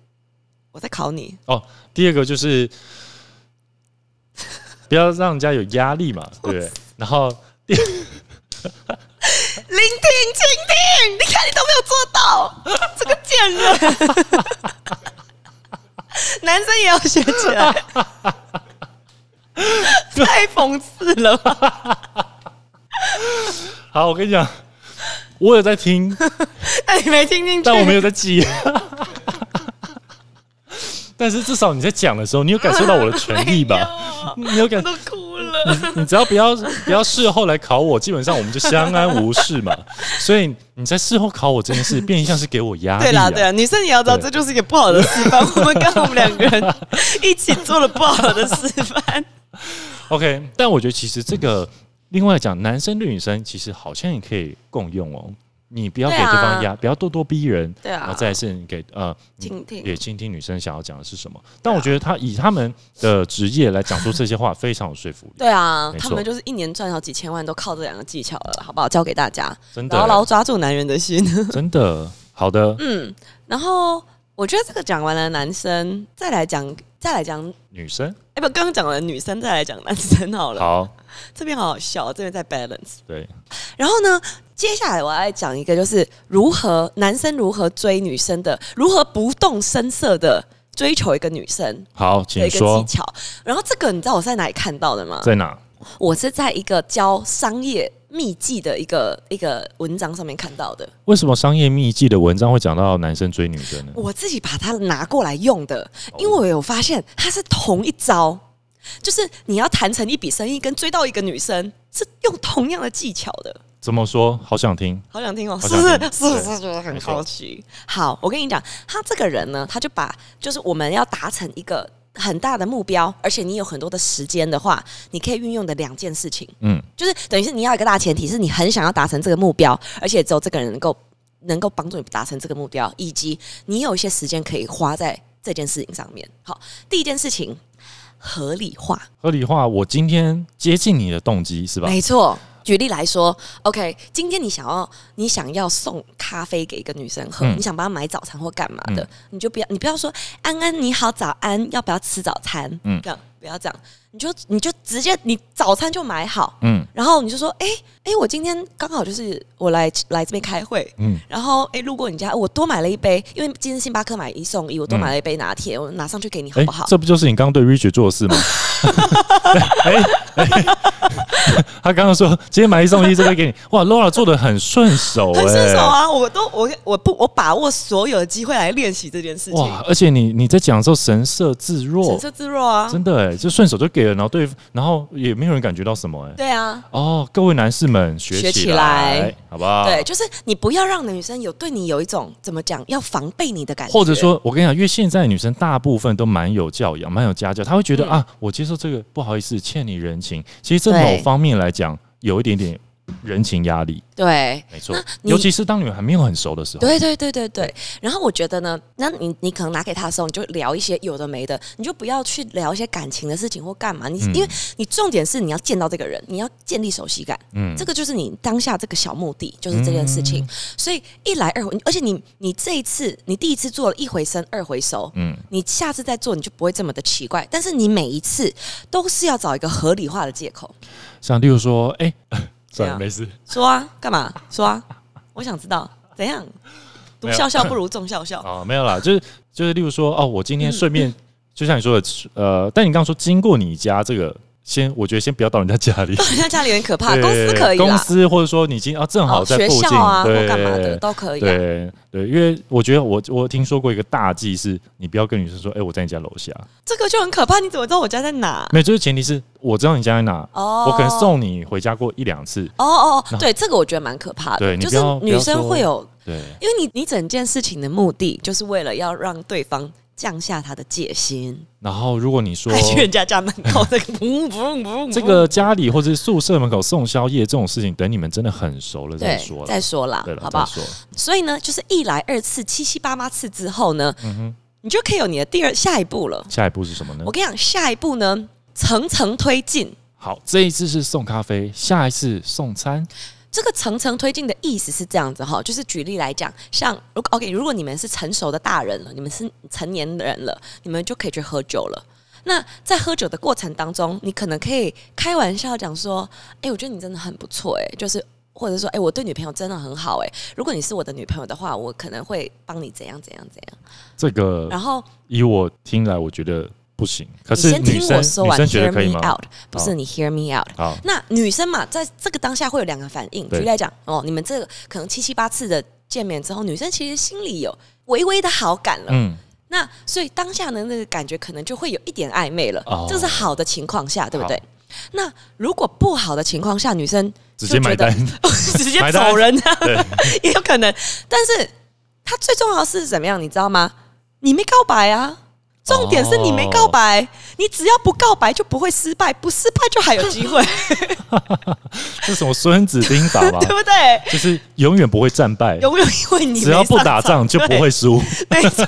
S1: 我在考你，
S2: 哦第二个 就是不要让人家有压力嘛，对不对？然后
S1: 聆听、倾听，你看你都没有做到， 这个贱人，男生也要学起 来，太讽刺了 吧？
S2: 好，我跟你讲，我有在 听，
S1: 那你没听进去？
S2: 但我没有在记。但是至少你在讲的时候，你有感受到我的诚意吧？
S1: 吧？
S2: 你有感
S1: 我，都哭了。
S2: 你只要不要不要事后来考我，基本上我们就相安无事嘛。所以你在事后考我这件事，变相是给我压力、啊。
S1: 对啦，对啦，女生也要知道，
S2: 对
S1: 这就是一个不好的示 范。我们跟我们两个人一起做了不好的示范。
S2: OK，但我觉得其实这个，另外讲，男生对女生其实好像也可以共用哦。你不要给
S1: 对
S2: 对
S1: 啊
S2: 方压，不要咄咄逼人。
S1: 对啊
S2: 然后再来是你给呃，你
S1: 倾听啊
S2: 也倾听女生想要讲的是什么。但我觉得他以他们的职业来讲出这些话，非常有说服力。
S1: 对啊
S2: 没，错
S1: 他们就是一年赚到几千万，都靠这两个技巧了，好不好？教给大家，
S2: 真的
S1: 牢牢抓住男人的心。
S2: 真的，好的，
S1: 嗯，然后我觉得这个讲完了男生，再来讲，再来讲，
S2: 女生
S1: 哎、不，刚刚讲了女生，再来讲男生好了。
S2: 好，
S1: 这边好好笑，这边在 balance。
S2: 对，
S1: 然后呢，接下来我要来讲一个，就是如何男生如何追女生的，如何不动声色的追求一个女生
S2: 好，
S1: 的
S2: 请
S1: 一个技
S2: 说
S1: 巧。然后这个你知道我在哪里看到的吗？
S2: 在哪？
S1: 我是在一个教商业秘技的一个一个文章上面看到的，
S2: 为什么商业秘籍的文章会讲到男生追女生呢？
S1: 我自己把它拿过来用的，因为我有发现它是同一招，就是你要谈成一笔生意跟追到一个女生是用同样的技巧的。
S2: 怎么说？好想听。
S1: 好想听哦，是
S2: 好
S1: 不
S2: 想
S1: 是？
S2: 听
S1: 是不
S2: 对
S1: 是觉得很
S2: 没错
S1: 好奇？好，我跟你讲，他这个人呢，他就把就是我们要达成一个很大的目标，而且你有很多的时间的话，你可以运用的两件事情，
S2: 嗯，
S1: 就是等于是你要有一个大前提，是你很想要达成这个目标，而且只有这个人能够能够帮助你达成这个目标，以及你有一些时间可以花在这件事情上面。好，第一件事情合理化，
S2: 合理化，我今天接近你的动机是吧？
S1: 没错。举例来说，OK，今天你想要你想要送咖啡给一个女生喝，
S2: 嗯
S1: 你想帮她买早餐或干嘛的，你就不要你不要说安安你好早安，要不要吃早餐？
S2: 嗯
S1: 这样不要这样，你就你就直接你早餐就买好，
S2: 嗯
S1: 然后你就说，哎、哎、我今天刚好就是我来来这边开会，
S2: 嗯，
S1: 然后哎、路过你家，我多买了一杯，因为今天星巴克买一送一，我多买了一杯拿铁，我拿上去给你好
S2: 哎、
S1: 不好？
S2: 这不就是你刚刚对 Richard 做的事 吗？哎、哎他刚刚说今天买一送一，这个给你。哇，Laura 做的很顺手、哎，
S1: 很顺手啊！我都我我不我把握所有的机会来练习这件事情。
S2: 哇，而且你你在讲的时候神色自若
S1: 神，色自若啊，
S2: 真的哎、就顺手就给了，然后对，然后也没有人感觉到什么哎、
S1: 对啊，
S2: 哦，各位男士们学
S1: 学
S2: 起
S1: 起
S2: 来，
S1: 来
S2: 好不好？
S1: 对，，就是你不要让女生有对你有一种怎么讲，要防备你的感觉，
S2: 或者说，我跟你讲，因为现在女生大部分都蛮有教养、蛮有家教，她会觉得、
S1: 嗯
S2: 啊，我接受这个不好意思，欠你人情。其实这
S1: 对
S2: 某方面来讲，有一点点人情压力，
S1: 对。
S2: 没错。
S1: 你
S2: 尤其是当你们还没有很熟的时候，
S1: 对对对对对，然后我觉得呢，那你你可能拿给他的时候，你就聊一些有的没的，你就不要去聊一些感情的事情或干嘛，你、
S2: 嗯
S1: 因为你重点是你要见到这个人，你要建立熟悉感，
S2: 嗯
S1: 这个就是你当下这个小目的，就是这件事情。所以一来二回，而且你你这一次你第一次做了一回生二回熟，
S2: 嗯，
S1: 你下次再做你就不会这么的奇怪。但是你每一次都是要找一个合理化的借口，
S2: 像例如说，哎、算了，
S1: 怎样
S2: 没事，
S1: 说啊，干嘛？说啊，我想知道怎样。独
S2: 没有
S1: 笑笑不如众笑笑，
S2: 啊，没有啦，就是就是，例如说，哦，我今天
S1: 嗯
S2: 顺便，就像你说的，呃，但你刚刚说经过你家这个，先我觉得先不要到人家家里
S1: 到，人家家里很可怕，
S2: 对
S1: 公司可以啦，
S2: 公司或者说你今啊正好
S1: 哦
S2: 在
S1: 学
S2: 附
S1: 校
S2: 近，
S1: 啊或
S2: 对
S1: 干嘛的都可以啊。
S2: 对对，因为我觉得我我听说过一个大忌是，你不要跟女生说，哎、我在你家楼下。
S1: 这个就很可怕，你怎么知道我家在哪？
S2: 没有，就是前提是我知道你家在哪，
S1: 哦
S2: 我可能送你回家过一两次。
S1: 哦哦
S2: 那
S1: 哦，对，这个我觉得蛮可怕的，
S2: 对你不
S1: 就是
S2: 要
S1: 女生会有，
S2: 对，
S1: 因为你你整件事情的目的就是为了要让对方降下他的戒心，
S2: 然后如果你说
S1: 还去人家家门口这个嗯不不不，
S2: 这个家里或者是宿舍门口送宵夜这种事情，等你们真的很熟了再
S1: 对
S2: 说，了。
S1: 再说啦
S2: 对，了，
S1: 好不好
S2: 再？说。
S1: 所以呢，就是一来二次、七七八八次之后呢，
S2: 嗯哼，
S1: 你就可以有你的第二下一步了。
S2: 下一步是什么呢
S1: 我？跟你讲，下一步呢，层层推进。
S2: 好，这一次是送咖啡，下一次送餐。
S1: 这个层层推进的意思是这样子哈，就是举例来讲，像如果 OK，如果你们是成熟的大人了，你们是成年人了，你们就可以去喝酒了。那在喝酒的过程当中，你可能可以开玩笑讲说：“哎、我觉得你真的很不错，哎，就是或者说，哎、我对女朋友真的很好，哎，如果你是我的女朋友的话，我可能会帮你怎样怎样怎样。
S2: 这”个
S1: 然后
S2: 以我听来，我觉得不行。可
S1: 你
S2: 是
S1: 先
S2: 女
S1: 听
S2: 生
S1: 我说
S2: 女
S1: 完
S2: 生觉
S1: ，hear
S2: 得可以
S1: me
S2: 吗？哦
S1: out，不
S2: 好
S1: 是你 hear me out。
S2: 好，
S1: 那女生嘛，在这个当下会有两个反应。举
S2: 对
S1: 例来讲，哦，你们这个可能七七八次的见面之后，女生其实心里有微微的好感了。
S2: 嗯，
S1: 那所以当下呢，那个感觉可能就会有一点暧昧了。
S2: 哦
S1: 这是好的情况下，对不对？那如果不好的情况下，女生
S2: 直接
S1: 就觉
S2: 买
S1: 得
S2: 单，
S1: 直接
S2: 买单
S1: 走人、 啊
S2: 对，
S1: 也有可能。但是它最重要的是怎么样，你知道吗？你没告白啊。重点是你没告白，
S2: 哦
S1: 你只要不告白就不会失败，不失败就还有 机会，
S2: 这是什么孙子兵法吧
S1: 对？不对？
S2: 就是永远不会战败，
S1: 有没有因为你
S2: 只要
S1: 没
S2: 不
S1: 上
S2: 打仗
S1: 场
S2: 就不会输。
S1: 对，没错。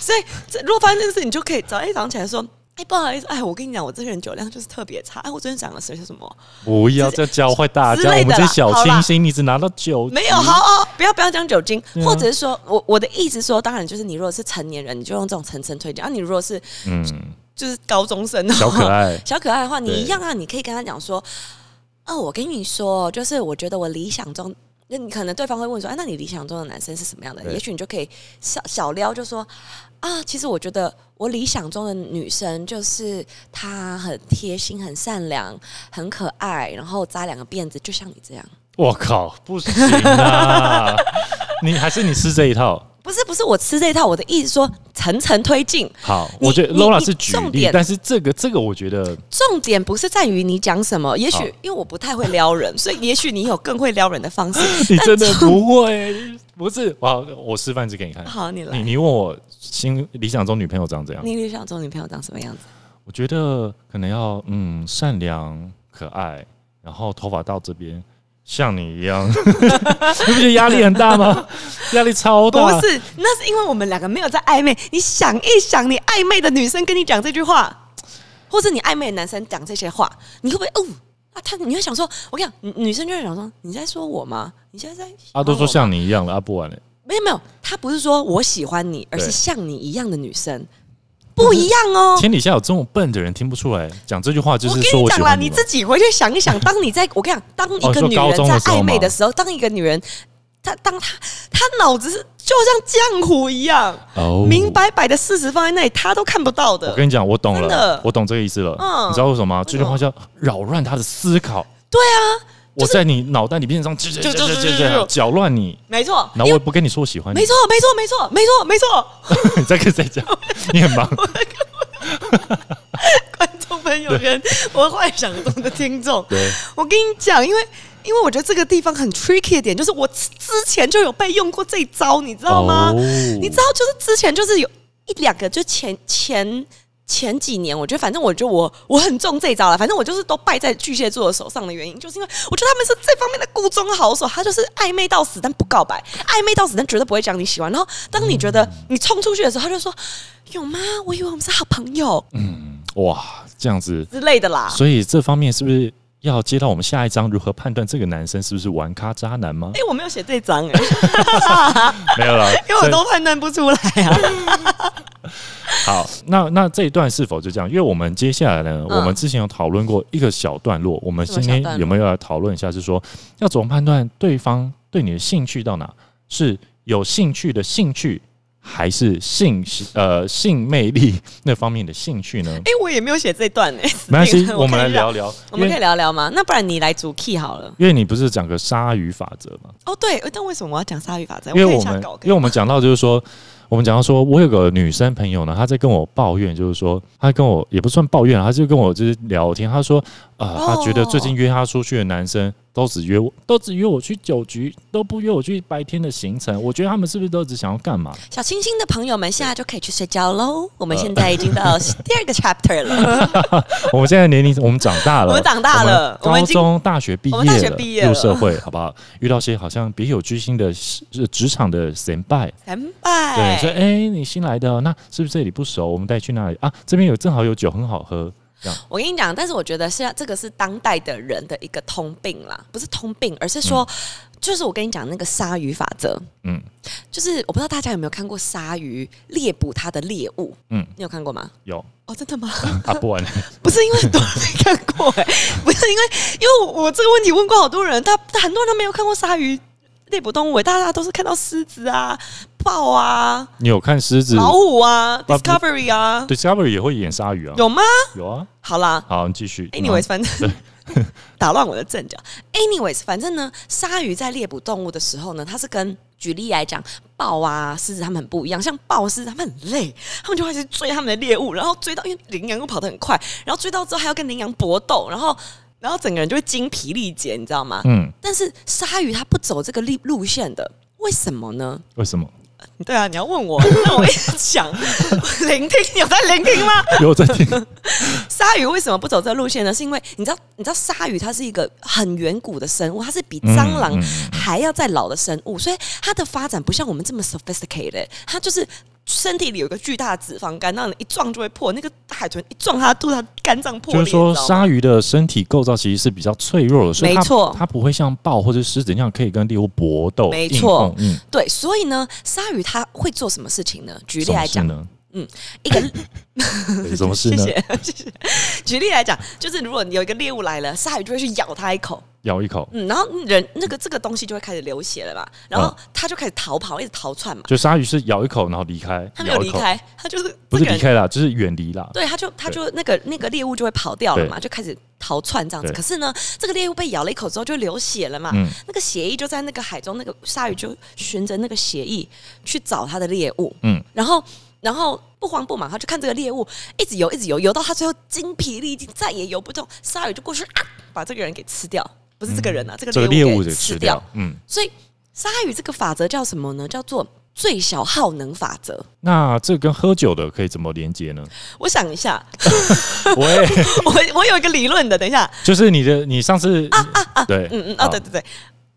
S1: 所以这如果发生这件事，你就可以早一早上起来说：“哎、哎，不好意思，哎，我跟你讲，我这个人酒量就是特别差。哎，我昨天讲了谁是什么？
S2: 不要再教坏大
S1: 之
S2: 家，
S1: 类
S2: 我
S1: 的
S2: 们
S1: 啦
S2: 这小
S1: 好啦
S2: 清新，你只拿到九级，
S1: 没有，好
S2: 嗯
S1: 好，不要不要讲酒精，
S2: 对啊
S1: 或者是说我我的意思说，当然就是你如果是成年人，你就用这种层层推荐；，啊，你如果是
S2: 嗯，
S1: 就是高中生的话，，
S2: 小可爱
S1: 小可爱的话，你
S2: 对
S1: 一样啊，你可以跟他讲说，哦，我跟你说，就是我觉得我理想中，那你可能对方会问说，啊，那你理想中的男生是什么样的？
S2: 对
S1: 也许你就可以小小撩，就说啊，其实我觉得我理想中的女生就是她很贴心、很善良、很可爱，然后扎两个辫子，就像你这样。
S2: 我靠，不行 啊！你还是你吃这一套。
S1: 不是不是，我吃这一套，我的意思说层层推进，
S2: 好，
S1: 你
S2: 我觉得
S1: 你
S2: Lola
S1: 你
S2: 是举
S1: 重
S2: 例，
S1: 点
S2: 但是这个这个我觉 得
S1: 重点不是在于你讲什么，也
S2: 好
S1: 许因为我不太会撩人，所以也许你有更会撩人的 方式。
S2: 你真的不会，不是？好，我示范一次给你看。
S1: 好，你来
S2: 你。你问我心理想中女朋友长怎样？
S1: 你理想中女朋友长什么样子？
S2: 我觉得可能要嗯善良可爱，然后头发到这边像你一样，你不觉得压力很大吗？压力超
S1: 不
S2: 大。
S1: 是，那是因为我们两个没有在暧昧。你想一想，你暧昧的女生跟你讲这句话，或是你暧昧的男生讲这些话，你会不会哦？啊，他你会想说，我跟你讲，女女生就会想说，你在说我吗？你现在在
S2: 啊，都说
S1: 像
S2: 像你一样了，啊，不玩了。
S1: 没有没有，他不是说我喜欢你，而
S2: 对
S1: 是像你一样的女生，不一样哦。
S2: 天底下有这么笨的人听不出来，讲这句话就
S1: 我
S2: 是
S1: 跟
S2: 说
S1: 你
S2: 我
S1: 讲
S2: 喜
S1: 啦，
S2: 欢
S1: 你
S2: 吗
S1: 自己回去想一想。当你在我跟你讲，当一
S2: 哦
S1: 个
S2: 说
S1: 女
S2: 高
S1: 人
S2: 中
S1: 在
S2: 的时候
S1: 暧昧
S2: 吗
S1: 的时候，当一个女人，她当她她脑子是就像浆糊一样，
S2: 哦
S1: 明。白白的事实放在那里，她都看不到
S2: 我
S1: 的。
S2: 跟你讲，我懂
S1: 真
S2: 了
S1: 的，
S2: 我懂这个意思了。
S1: 嗯
S2: 你知道为什么吗？
S1: 为
S2: 这
S1: 什么
S2: 句话叫扰乱他的思考。
S1: 对啊，
S2: 我在你脑袋里面这样，就就就
S1: 就就
S2: 就
S1: 就
S2: 就
S1: 就
S2: 搅乱你，
S1: 没错，
S2: 然后我
S1: 因
S2: 也
S1: 为
S2: 不跟你说我喜欢你
S1: 没，错，没错，没错，没错，没错。
S2: 你在跟谁讲？你很忙，
S1: 观众朋友跟我幻想中的听众，
S2: 对，
S1: 我跟你讲，因为因为我觉得这个地方很 tricky 的点，就是我之之前就有被用过这一招，你知道吗？
S2: 哦
S1: 你知道，就是之前就是有一两个，就前前前几年，我觉得反正我觉得我我很中这一招了，反正我就是都败在巨蟹座的手上的原因，就是因为我觉得他们是这方面的顾中好手，他就是暧昧到死但不告白，暧昧到死但绝对不会讲你喜欢。然后当你觉得你冲出去的时候，他就说有吗？我以为我们是好朋友哎
S2: 哇，这样子，
S1: 之类的啦。
S2: 所以这方面是不是要接到我们下一章如何判断这个男生是不是玩咖渣男吗
S1: 哎、？我没有写这一张哎、欸
S2: 没有了，
S1: 因为我都判断不出来啊。
S2: 好，那那这一段是否就这样？因为我们接下来呢，
S1: 嗯
S2: 我们之前有讨论过一个小段落，我们今
S1: 什么
S2: 天
S1: 小段落
S2: 有没有来讨论一下？是说要怎么判断对方对你的兴趣到哪？是有兴趣的兴趣，还是性呃性魅力那方面的兴趣呢？
S1: 哎、我也没有写这段哎、欸。
S2: 没关系，
S1: 死定了
S2: 我们来
S1: 看一下
S2: 聊聊，
S1: 我们
S2: 因
S1: 可以
S2: 为
S1: 聊聊吗？那不然你来主 key 好了。
S2: 因为你不是讲个鲨鱼法则吗？
S1: 哦，对，呃但为什么我要讲鲨鱼法则？
S2: 因为
S1: 可以
S2: 我
S1: 下
S2: 们
S1: 稿给
S2: 因为我们讲到就是说，我们讲到说我有个女生朋友呢，她在跟我抱怨，就是说她跟我也不算抱怨啊，她就跟我就是聊天，她说啊、呃她觉得最
S1: 哦
S2: 近约她出去的男生都只约我，都只约我去酒局，都不约我去白天的行程，我觉得他们是不是都只想要干嘛？
S1: 小清新的朋友们，现在就可以去睡觉喽。我们现在已经到 第二个 chapter 了，
S2: 我们现在年龄，我们长大了，
S1: 我们长大了
S2: 我
S1: 我
S2: 们
S1: 们已
S2: 高
S1: 经
S2: 中、大学毕业
S1: 我们大学毕业
S2: 入
S1: 了
S2: 社会，好不好？遇到些好像别有居心的呃职场的先拜，
S1: 三
S2: 对，说哎、
S1: 拜。
S2: 你新来的哦，那是不是这里不熟？我们带去那里啊？这边有正好有酒，很好喝。
S1: 我跟你讲，但是我觉得是这个是当代的人的一个通病啦，不是通病，而是说，就是我跟你讲那个鲨鱼法则，
S2: 嗯，
S1: 就是我不知道大家有没有看过鲨鱼猎捕它的猎物，
S2: 嗯
S1: 嗯，你有看过吗？
S2: 有
S1: 哦，真的吗？
S2: 啊，不玩了。
S1: 不是因为很多人没看过、欸， 不是因为，因为我我这个问题问过好多人，他他很多人都没有看过鲨鱼猎捕动物、欸，大家都是看到狮子啊、豹啊、
S2: 你有看狮子
S1: 老虎啊、
S2: 不
S1: Discovery 啊，
S2: ？Discovery 也会演鲨鱼啊？
S1: 有吗？
S2: 有啊。
S1: 好啦
S2: 好，你继续。
S1: ，anyways，反正 打乱我的阵脚。anyways，反正呢，鲨鱼在猎捕动物的时候呢，它是跟举例来讲，豹啊、狮子它们很不一样。像豹、狮子它们很累，它们就开始追它们的猎物，然后追到，因为羚羊又跑得很快，然后追到之后还要跟羚羊搏斗，然后然后整个人就会精疲力竭，你知道吗？
S2: 嗯，
S1: 但是鲨鱼它不走这个路路线的，为什么呢？
S2: 为什么？
S1: 对啊，你要问我， 那我也想 聆听，你有在聆听吗？
S2: 有在听？
S1: 鲨鱼为什么不走这路线呢？是因为你知道，你知道鲨鱼它是一个很远古的生物，它是比 蟑螂
S2: 嗯嗯
S1: 还要再老的生物，所以它的发展不像我们这么 sophisticated，它就是身体里有一个巨大的脂肪肝，让你一撞就会破。那个海豚一撞它肚，它肝脏破
S2: 就
S1: 裂，
S2: 是说，
S1: 你知道吗
S2: 鲨鱼的身体构造其实是比较脆弱的，所以它
S1: 没错
S2: 它不会像豹或者狮子那样可以跟猎物搏斗。
S1: 没错
S2: 硬碰硬，
S1: 对，所以呢，鲨鱼它会做什么事情呢？
S2: 嗯，
S1: 举例
S2: 什么
S1: 来
S2: 事
S1: 讲，
S2: 呢？
S1: 一个
S2: 对什么事
S1: 谢
S2: 呢？
S1: 谢谢谢。举例来讲，就是如果你有一个猎物来了，鲨鱼就会去咬它一口，
S2: 咬一口，
S1: 嗯，然后人那个这个东西就会开始流血了嘛，然后
S2: 嗯
S1: 它就开始逃跑，一直逃窜嘛。
S2: 就鲨鱼是咬一口然后离开，
S1: 它没有
S2: 咬一
S1: 离
S2: 口，
S1: 开，它就是
S2: 不
S1: 这
S2: 是
S1: 个
S2: 离
S1: 人
S2: 开啦，就是远离啦。
S1: 对，他就他就那个那个猎物就会跑掉了
S2: 对
S1: 嘛，就开始逃窜这样子。
S2: 对
S1: 可是呢，这个猎物被咬了一口之后就流血了嘛，
S2: 嗯
S1: 那个血液就在那个海中，那个鲨鱼就循着那个血液去找它的猎物，
S2: 嗯，
S1: 然后然后不慌不忙，他就看这个猎物一直游一直游，游到它最后精疲力尽，再也游不动，鲨鱼就过去、啊、把这个人给吃掉，不是这个人啊，这
S2: 嗯这
S1: 个
S2: 个猎
S1: 物
S2: 物
S1: 给
S2: 得
S1: 吃
S2: 吃
S1: 掉
S2: 掉。。嗯，
S1: 所以鲨鱼这个法则叫什么呢？叫做最小耗能法则。
S2: 那这跟喝酒的可以怎么连接 呢？
S1: 我想一下，
S2: 喂，
S1: 我我有一个理论的，等一下。
S2: 就是你的，你上次对，
S1: 嗯嗯啊，
S2: 好
S1: 对对对，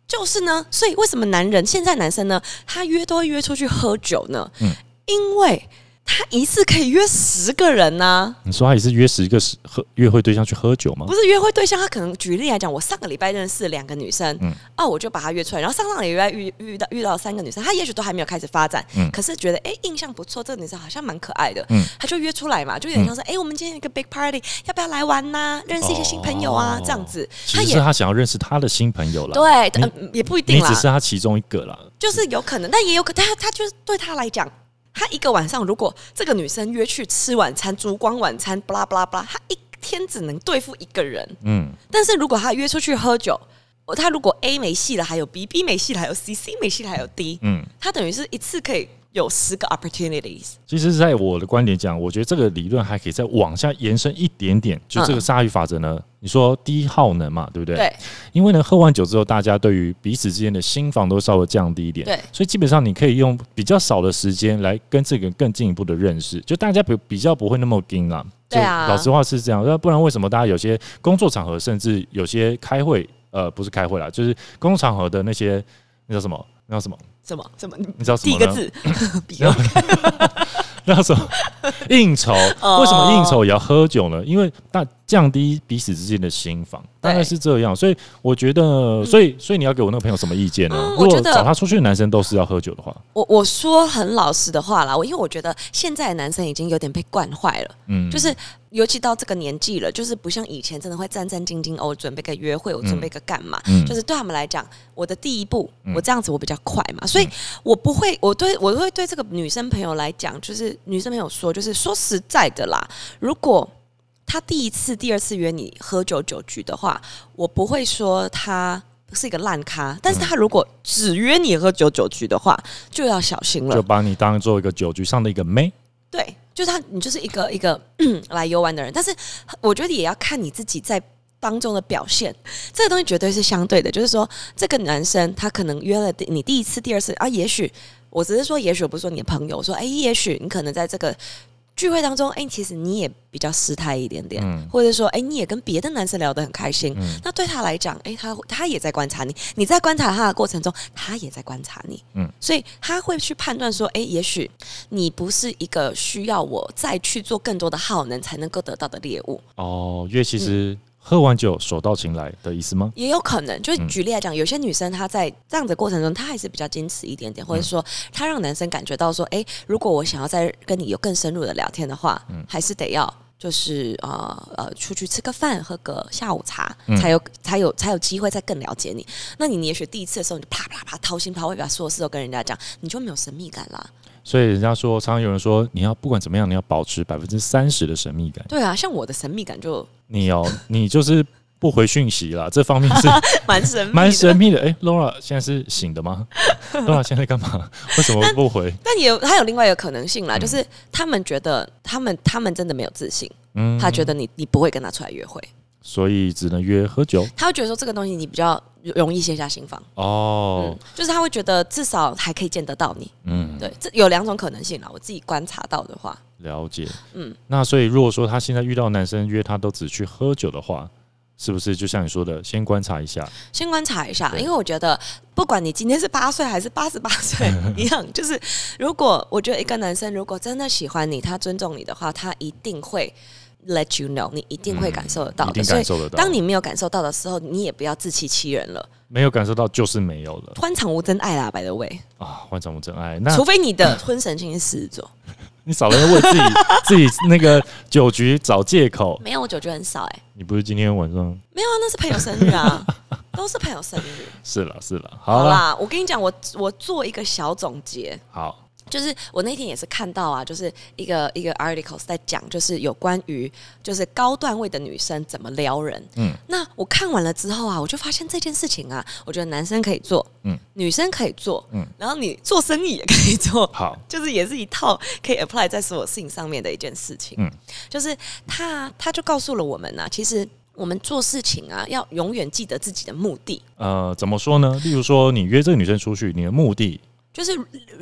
S1: 就是呢，所以为什么男人现在男生呢，他约都会约出去喝酒呢？
S2: 嗯
S1: 因为他一次可以约十个人呐、
S2: 你说他也是约十个十喝约会对象去喝酒吗
S1: 不？是约会对象，他可能举例来讲，我上个礼拜认识两个女生，
S2: 嗯
S1: 哦，我就把她约出来，然后上上礼拜遇遇到遇到三个女生，他也许都还没有开始发展，
S2: 嗯
S1: 可是觉得哎、诶印象不错，这个女生好像蛮可爱的，
S2: 嗯
S1: 他就约出来嘛，就有点像是哎、诶我们今天有一个 big party，要不要来玩呐、认识一些新朋友啊，
S2: 哦
S1: 这样子，
S2: 其
S1: 他
S2: 实
S1: 也
S2: 是他想要认识他的新朋友啦。
S1: 对，呃，也不一定
S2: 你
S1: 啦，
S2: 只是他其中一个啦。
S1: 就是有可能，但也有可但他他就是对他来讲，他一个晚上如果这个女生约去吃晚餐、烛光晚餐，巴拉巴拉巴拉，他一天只能对付一个人。
S2: 嗯，
S1: 但是如果他约出去喝酒，哦他如果 A 没戏了，还有 B；B 没戏了，还有 C；C 没戏了，还有 D。
S2: 嗯，
S1: 他等于是一次可以有十个 opportunities。
S2: 其实，在我的观点讲，我觉得这个理论还可以再往下延伸一点点。就这个鲨鱼法则呢，你说低耗能嘛，对不对？。
S1: 嗯对
S2: 因为呢，喝完酒之后，大家对于彼此之间的心防都稍微降低一点。
S1: 对
S2: 所以基本上你可以用比较少的时间来跟这个更进一步的认识，就大家比比较不会那么盯啦。
S1: 对啊
S2: 就老实话是这样，那不然为什么大家有些工作场合，甚至有些开会，呃，不是开会啦，就是工作场合的那些那叫什么？那叫什么？
S1: 什么什么？你
S2: 你知道什
S1: 第
S2: 么
S1: 一
S2: 呢？
S1: 个字， 比如
S2: 那什 么应酬？
S1: 哦
S2: 为什么应酬也要喝酒呢？因为大降低彼此之间的心防，大概是这样。所以我觉得，所以所以你要给我那个朋友什么意见呢？
S1: 嗯
S2: 如
S1: 我觉
S2: 果
S1: 得
S2: 找他出去的男生都是要喝酒的话，
S1: 我我说很老实的话啦，我因为我觉得现在的男生已经有点被惯坏了。
S2: 嗯，
S1: 就是尤其到这个年纪了，就是不像以前真的会战战兢兢哦，我准备个约会，我准备个干嘛？
S2: 嗯
S1: 就是对他们来讲，我的第一步，
S2: 嗯
S1: 我这样子我比较快嘛，所以我不会，我对我会对这个女生朋友来讲，就是女生朋友说，就是说实在的啦，如果她第一次、第二次约你喝酒酒局的话，我不会说她是一个烂咖，
S2: 嗯
S1: 但是她如果只约你喝酒酒局的话，就要小心了
S2: 就。把你当做一个酒局上的一个妹。
S1: 对，就是他，你就是一个 一个来游玩的人，但是我觉得也要看你自己在当中的表现。这个东西绝对是相对的，就是说，这个男生他可能约了第你第一次、第二次啊，也许我只是说，也许我不是说你的朋友，我说哎，也许你可能在这个聚会当中，哎，其实你也比较失态一点点，
S2: 嗯
S1: 或者说，哎，你也跟别的男生聊得很开心，
S2: 嗯
S1: 那对他来讲，哎，他他也在观察你，你在观察他的过程中，他也在观察你，
S2: 嗯
S1: 嗯，所以他会去判断说，哎，也许你不是一个需要我再去做更多的耗能才能够得到的猎物，
S2: 哦，因为其实喝完酒手到擒来的意思吗？
S1: 也有可能。就
S2: 嗯
S1: 举例来讲，有些女生她在这样的过程中，她还是比较矜持一点点，或者说她让男生感觉到说，哎、如果我想要再跟你有更深入的聊天的话，还是得要。就是呃呃，出去吃个饭，喝个下午茶，
S2: 嗯
S1: 才有才有才有机会再更了解你。那你你也许第一次的时候，你就啪啪啪掏心掏肺，把所有事都跟人家讲，你就没有神秘感啦。
S2: 所以人家说，常常有人说，你要不管怎么样，你要保持百分之三十的神秘感。
S1: 对啊，像我的神秘感就
S2: 你哦，你就是不回讯息啦，这方面是
S1: 蛮神秘的，
S2: 蛮神秘的。哎、l a u r a 现在是醒的 吗？Laura 现在干嘛？为什么不回？
S1: 但也有还有另外一个可能性啦，嗯就是他们觉得他们他们真的没有自信，
S2: 嗯
S1: 他觉得你你不会跟他出来约会，
S2: 所以只能约喝酒
S1: 他会觉得说这个东西你比较容易卸下心防，
S2: 哦
S1: 嗯。，就是他会觉得至少还可以见得到你，
S2: 嗯，
S1: 对，这有两种可能性啦，我自己观察到的话，
S2: 了解。嗯
S1: 嗯，
S2: 那所以如果说他现在遇到男生约他都只去喝酒的话，是不是就像你说的，先观察一下，
S1: 先观察一下，
S2: 对
S1: 因为我觉得，不管你今天是八岁还是八十八岁 一样，就是如果我觉得一个男生如果真的喜欢你，他尊重你的话，他一定会 let you know，你一定会感受得到
S2: 嗯一定
S1: 的。所
S2: 感
S1: 以，
S2: 受得到。
S1: 当你没有感受到的时候，你也不要自欺欺人了，
S2: 没有感受到，就是没有了
S1: 欢场无真爱啦，by the way，
S2: 啊！换成我真爱，那
S1: 除非你的婚神星是狮子座，
S2: 你少在为自己 自己那个酒局找借口。
S1: 没有我酒觉得很少哎、
S2: 你不是今天晚上
S1: 没有啊，那是朋友生日 啊，都是朋友生日。
S2: 是了是了，好
S1: 好
S2: 了
S1: 啦，我跟你讲，我我做一个小总结，
S2: 好，
S1: 就是我那天也是看到啊，就是一个一个 articles 在讲，就是有关于就是高段位的女生怎么撩人。
S2: 嗯
S1: 嗯，那我看完了之后啊，我就发现这件事情啊，我觉得男生可以做，
S2: 嗯
S1: 嗯，女生可以做，
S2: 嗯
S1: 嗯，然后你做生意也可以做，
S2: 好，
S1: 就是也是一套可以 apply 在所有事情上面的一件事情。
S2: 嗯
S1: 嗯，就是他他就告诉了我们啊，其实我们做事情啊，要永远记得自己的目的。
S2: 呃，怎么说呢？例如说，你约这个女生出去，你的目的
S1: 就是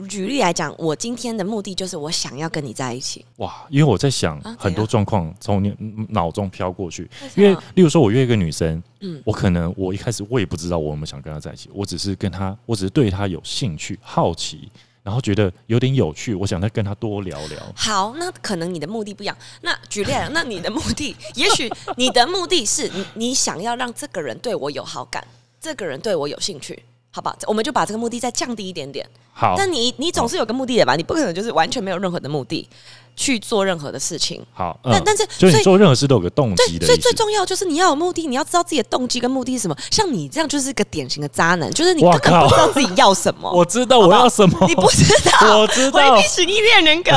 S1: 举例来讲，我今天的目的就是我想要跟你在一起。
S2: 哇，因为我在想
S1: 啊
S2: 很多状况从你嗯脑中飘过去，因
S1: 为
S2: 为
S1: 什么
S2: 例如说，我约一个女生，嗯
S1: 啊嗯，
S2: 我可能我一开始我也不知道我有没有想跟她在一起，我只是跟她，我只是对她有兴趣、好奇，然后觉得有点有趣，我想再跟她多聊聊。
S1: 好，那可能你的目的不一样。那举例来讲，那你的目的，也许你的目的是 你你想要让这个人对我有好感，这个人对我有兴趣，好吧？我们就把这个目的再降低一点点。
S2: 好，
S1: 但你你总是有个目的的吧？你不可能就是完全没有任何的目的去做任何的事情。
S2: 好，
S1: 但
S2: 嗯，
S1: 但是，
S2: 就
S1: 所
S2: 是你
S1: 以
S2: 做任何事都有个动机的
S1: 最
S2: 意
S1: 最
S2: 思。
S1: 重要就是你要有目的，你要知道自己的动机跟目的是什么。像你这样就是个典型的渣男，就是你
S2: 哇
S1: 根本
S2: 靠
S1: 不知道自己要什么。
S2: 我知道我要什么，
S1: 你不知道，
S2: 我知道
S1: 回避，型依恋人格，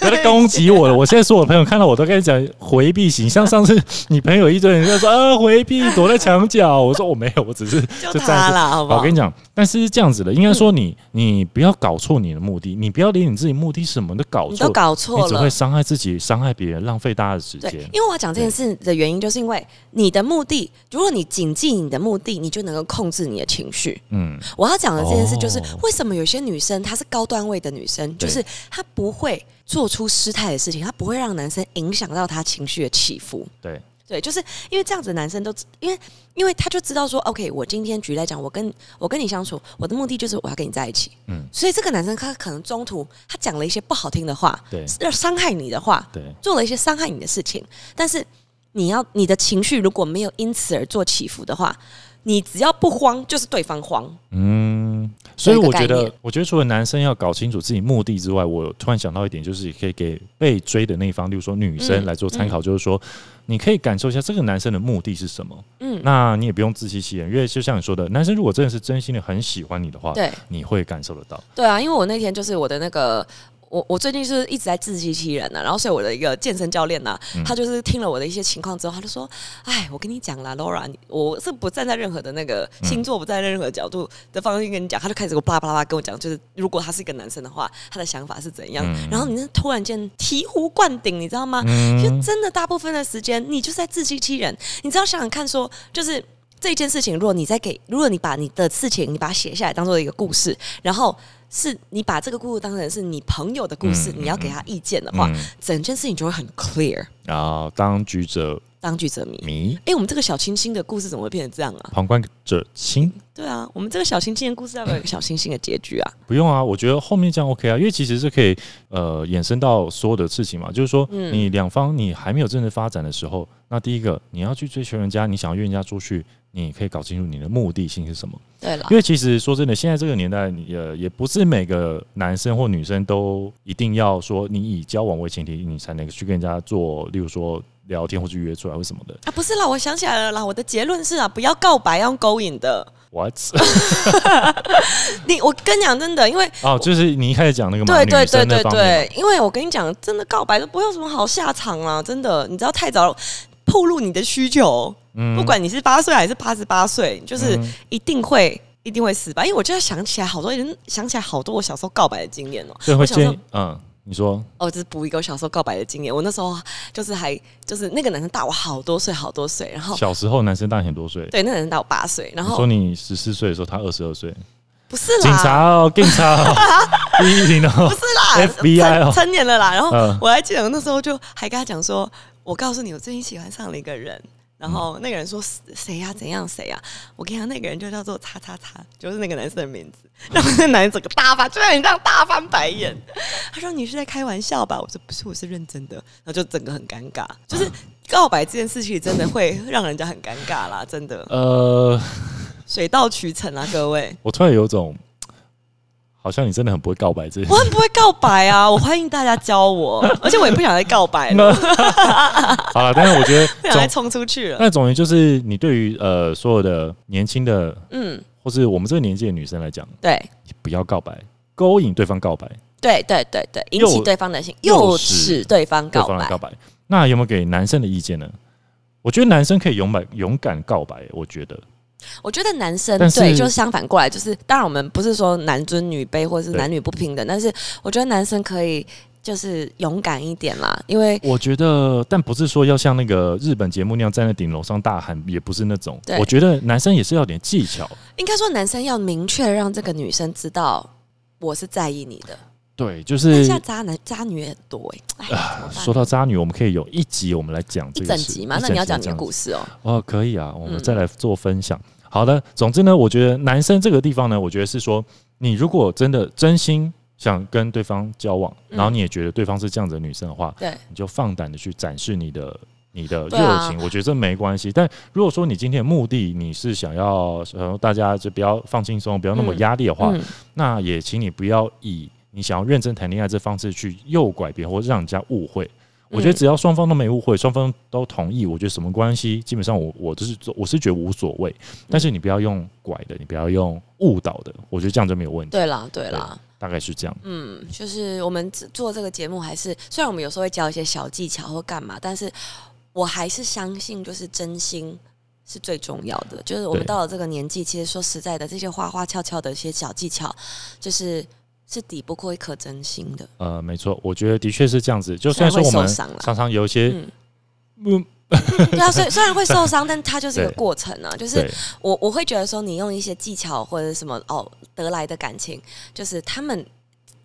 S2: 不要再攻击我了。我现在所有朋友看到我都跟你讲回避型，像上次你朋友一堆人就说啊回避，躲在墙角。我说我没有，我只是
S1: 就
S2: 这样
S1: 他
S2: 子
S1: 啦，好不嗯
S2: 我
S1: 好
S2: 跟？你讲，但是是这样子的，应该说你、你不要搞错你的目的，你不要连你自己目的什么都搞
S1: 你
S2: 错，
S1: 都搞错
S2: 你只会
S1: 了。
S2: 伤害自己、伤害别人，浪费大家的时
S1: 对，
S2: 间。
S1: 因为我要讲这件事的原因，就是因为你的目的，如果你谨记你的目的，你就能够控制你的情绪。
S2: 嗯，
S1: 我要讲的这件事就是
S2: 哦，
S1: 为什么有些女生她是高段位的女生，
S2: 对
S1: 就是她不会做出失态的事情，她不会让男生影响到她情绪的起伏。
S2: 对，
S1: 对，就是因为这样子，男生都知因为因为他就知道说，OK，我今天举例来讲，我跟我跟你相处，我的目的就是我要跟你在一起。
S2: 嗯
S1: 嗯，所以这个男生他可能中途他讲了一些不好听的话，
S2: 对
S1: 要伤害你的话，
S2: 对，
S1: 做了一些伤害你的事情，但是你要你的情绪如果没有因此而做起伏的话，你只要不慌，就是对方慌。
S2: 嗯，所以
S1: 有一个
S2: 我觉
S1: 概
S2: 得
S1: 念，
S2: 我觉得除了男生要搞清楚自己目的之外，我突然想到一点，就是也可以给被追的那一方，例如说女生
S1: 嗯
S2: 来做参考，就是说，你可以感受一下这个男生的目的是什么。
S1: 嗯，
S2: 那你也不用自欺欺人，因为就像你说的，男生如果真的是真心的很喜欢你的话，
S1: 对
S2: 你会感受得 到。
S1: 对啊，因为我那天就是我的那个。我我最近就是一直在自欺欺人呢、啊，然后所以我的一个健身教练呢、
S2: 嗯
S1: 他就是听了我的一些情况之后，他就说：“哎，我跟你讲啦，Laura，你我是不站在任何的那个
S2: 嗯
S1: 星座，不站在任何角度的方式跟你讲。”他就开始给我巴拉巴拉巴拉跟我讲，就是如果他是一个男生的话，他的想法是怎样。
S2: 嗯
S1: 然后你那突然间醍醐灌顶，你知道吗？就
S2: 嗯，
S1: 真的大部分的时间，你就是在自欺欺人。你只要想想看说就是这件事情，如果你在给，如果你把你的事情，你把它写下来当做一个故事，然后是你把这个故事当成是你朋友的故事，
S2: 嗯
S1: 你要给他意见的话，
S2: 嗯
S1: 整件事情就会很 clear。
S2: 然后当局者
S1: 当局者迷。
S2: 迷，
S1: 哎、我们这个小清新的故事怎么会变成这样啊？
S2: 旁观者清。
S1: 对啊，我们这个小清新的故事要不要有一个小清新的结局啊？
S2: 不用啊，我觉得后面这样 OK 啊，因为其实是可以呃衍生到所有的事情嘛，就是说
S1: 嗯
S2: 你两方你还没有正式发展的时候，那第一个你要去追求人家，你想要约人家出去，你可以搞清楚你的目的性是什么。
S1: 对了
S2: 因，为其实说真的，现在这个年代，你呃也不是每个男生或女生都一定要说你以交往为前提，你才能去跟人家做，例如说聊天或是约出来或什么的。
S1: 啊，不是啦，我想起来了啦，我的结论是啊，不要告白，要用勾引的。
S2: What？
S1: 你，我跟你讲真的，因为
S2: 哦，就是你一开始讲那个嘛，
S1: 对对
S2: 女
S1: 对
S2: 生那
S1: 对
S2: 方面嘛，
S1: 对，因为我跟你讲，真的告白都不会有什么好下场啊！真的，你知道太早暴露你的需求，
S2: 嗯
S1: 不管你是八岁还是八十八岁，就是
S2: 嗯
S1: 一定会、一定会失败。因为我就要想起来好多人，想起来好多我小时候告白的经验哦、
S2: 所以会
S1: 我想
S2: 建
S1: 说
S2: 议嗯，你说
S1: 哦，这是补一个我小时候告白的经验。我那时候就是还就是那个男生大我好多岁，好多岁，然后
S2: 小时候男生大你很多岁，
S1: 对那个男生大我八岁，然
S2: 你说
S1: 后
S2: 你十四岁的时候，他二十二岁，
S1: 不是啦，
S2: 警察哦，警察 哦，一一零哦
S1: 不，是啦
S2: FBI 哦
S1: 成成年了啦。然后
S2: 嗯
S1: 我还记得我那时候就还跟他讲说，我告诉你，我最近喜欢上了一个人。然
S2: 嗯
S1: 后那个人说谁呀、怎样谁呀、我跟你讲，那个人就叫做叉叉叉，就是那个男生的名 字。然后那男人整个大翻，就像你这样大翻白眼。他说你是在开玩笑吧？我说不是，我是认真的。然后就整个很尴尬，就是告白这件事情真的会让人家很尴尬啦，真的
S2: 呃，
S1: 水到渠成啊，各位。
S2: 我突然有种，好像你真的很不会告白这件
S1: 我很不会告白啊，我欢迎大家教我，而且我也不想再告白了，
S2: 那 好了，但是我 觉得
S1: 不想再
S2: 总
S1: 冲出去了。
S2: 那总而言之就是你对于呃所有的年轻的
S1: 嗯，
S2: 或是我们这个年纪的女生来讲，
S1: 对
S2: 不要告白，勾引对方告白，
S1: 对对对对，引
S2: 诱
S1: 起对方的兴，
S2: 诱
S1: 诱
S2: 使
S1: 使对方
S2: 对
S1: 告
S2: 方来
S1: 白
S2: 告。白。那有没有给男生的意见呢？我觉得男生可以勇敢勇敢告白，我觉得
S1: 我觉得男生
S2: 但是
S1: 对，就是相反过来，就是当然我们不是说男尊女卑或者是
S2: 对
S1: 男女不平
S2: 嗯
S1: 等，但是我觉得男生可以就是勇敢一点啦，因为
S2: 我觉得，但不是说要像那个日本节目那样站在顶楼上大喊，也不是那种。
S1: 对
S2: 我觉得男生也是要点技巧，
S1: 应该说男生要明确让这个女生知道我是在意你的。
S2: 对，就
S1: 但
S2: 是
S1: 现在渣男渣女也很多哎、欸，哎，怎么办
S2: 说到渣女，我们可以有一集我们来讲啊这
S1: 一
S2: 个
S1: 整
S2: 事
S1: 集嘛，
S2: 一
S1: 那
S2: 整
S1: 你要
S2: 集
S1: 讲你
S2: 这
S1: 的
S2: 样子
S1: 故事哦、
S2: 哦，可以啊，我们
S1: 嗯
S2: 再来做分享。好的，总之呢，我觉得男生这个地方呢，我觉得是说，你如果真的真心想跟对方交往，
S1: 嗯
S2: 然后你也觉得对方是这样子的女生的话，
S1: 对
S2: 你就放胆的去展示你的。你的热
S1: 对啊
S2: 情，我觉得这没关系。但如果说你今天的目的你是想要，然后大家就不要放轻松，不要那么
S1: 嗯
S2: 压力的话，
S1: 嗯，
S2: 那也请你不要以你想要认真谈恋爱这方式去诱拐别人或让人家误会。
S1: 嗯
S2: 我觉得只要双方都没误会，双方都同意，我觉得什么关系，基本上我我就是我是觉得无所谓。
S1: 嗯
S2: 但是你不要用拐的，你不要用误导的，我觉得这样就没有问题。
S1: 对啦，对啦。
S2: 大概是这样。
S1: 嗯，就是我们做做这个节目，还是虽然我们有时候会教一些小技巧或干嘛，但是我还是相信，就是真心是最重要的。就是我们
S2: 对
S1: 到了这个年纪，其实说实在的，这些花花俏俏的一些小技巧，就是是抵不过一颗真心的。
S2: 呃，没错，我觉得的确是这样子。就虽然说我
S1: 虽然
S2: 们
S1: 会受伤啦
S2: 常常有一些，
S1: 嗯
S2: 嗯，
S1: 对啊，虽虽然会受伤，但它就是一个
S2: 对
S1: 过程啊。就是
S2: 对，
S1: 我我会觉得说，你用一些技巧或者什么哦得来的感情，就是他们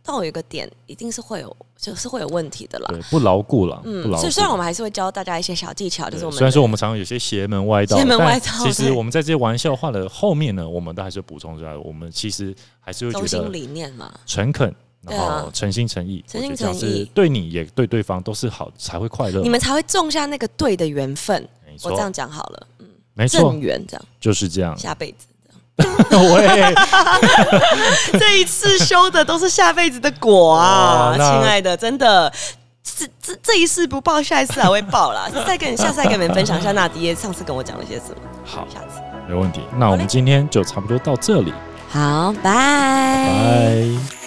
S1: 到有一个点，一定是会有就是会有问题的啦。
S2: 对，不牢固了，不
S1: 嗯，
S2: 牢
S1: 所
S2: 固。
S1: 以虽然我们还是会教大家一些小技巧，就是我们
S2: 虽然说我们常常有些邪门歪道，
S1: 邪门
S2: 但
S1: 歪道
S2: 其实
S1: 对
S2: 我们在这些玩笑话的后面呢，我们都还是补充出来，我们其实还是
S1: 中
S2: 会觉
S1: 心
S2: 得
S1: 理念嘛，
S2: 诚恳，
S1: 对
S2: 然
S1: 啊
S2: 后诚心诚意，
S1: 诚心
S2: 我觉得这样
S1: 诚意
S2: 是对你也对对方都是好，才会快乐嘛。
S1: 你们才会种下那个对的缘分。
S2: 没
S1: 我这样
S2: 错，
S1: 讲好了，嗯，
S2: 没错
S1: 正，缘这样，
S2: 就是这 样。
S1: 下辈子
S2: 喂，
S1: 这一次修的都是下辈子的果啊，
S2: 哇
S1: 亲
S2: 那
S1: 爱的，真的。这这这一次不报，下一次还会报啦。 再跟你下次再跟你们分享一下纳迪耶上次跟我讲了些什么。
S2: 好，
S1: 下次
S2: 没问题。那我们今天就差不多到这里，
S1: 好，拜
S2: 拜。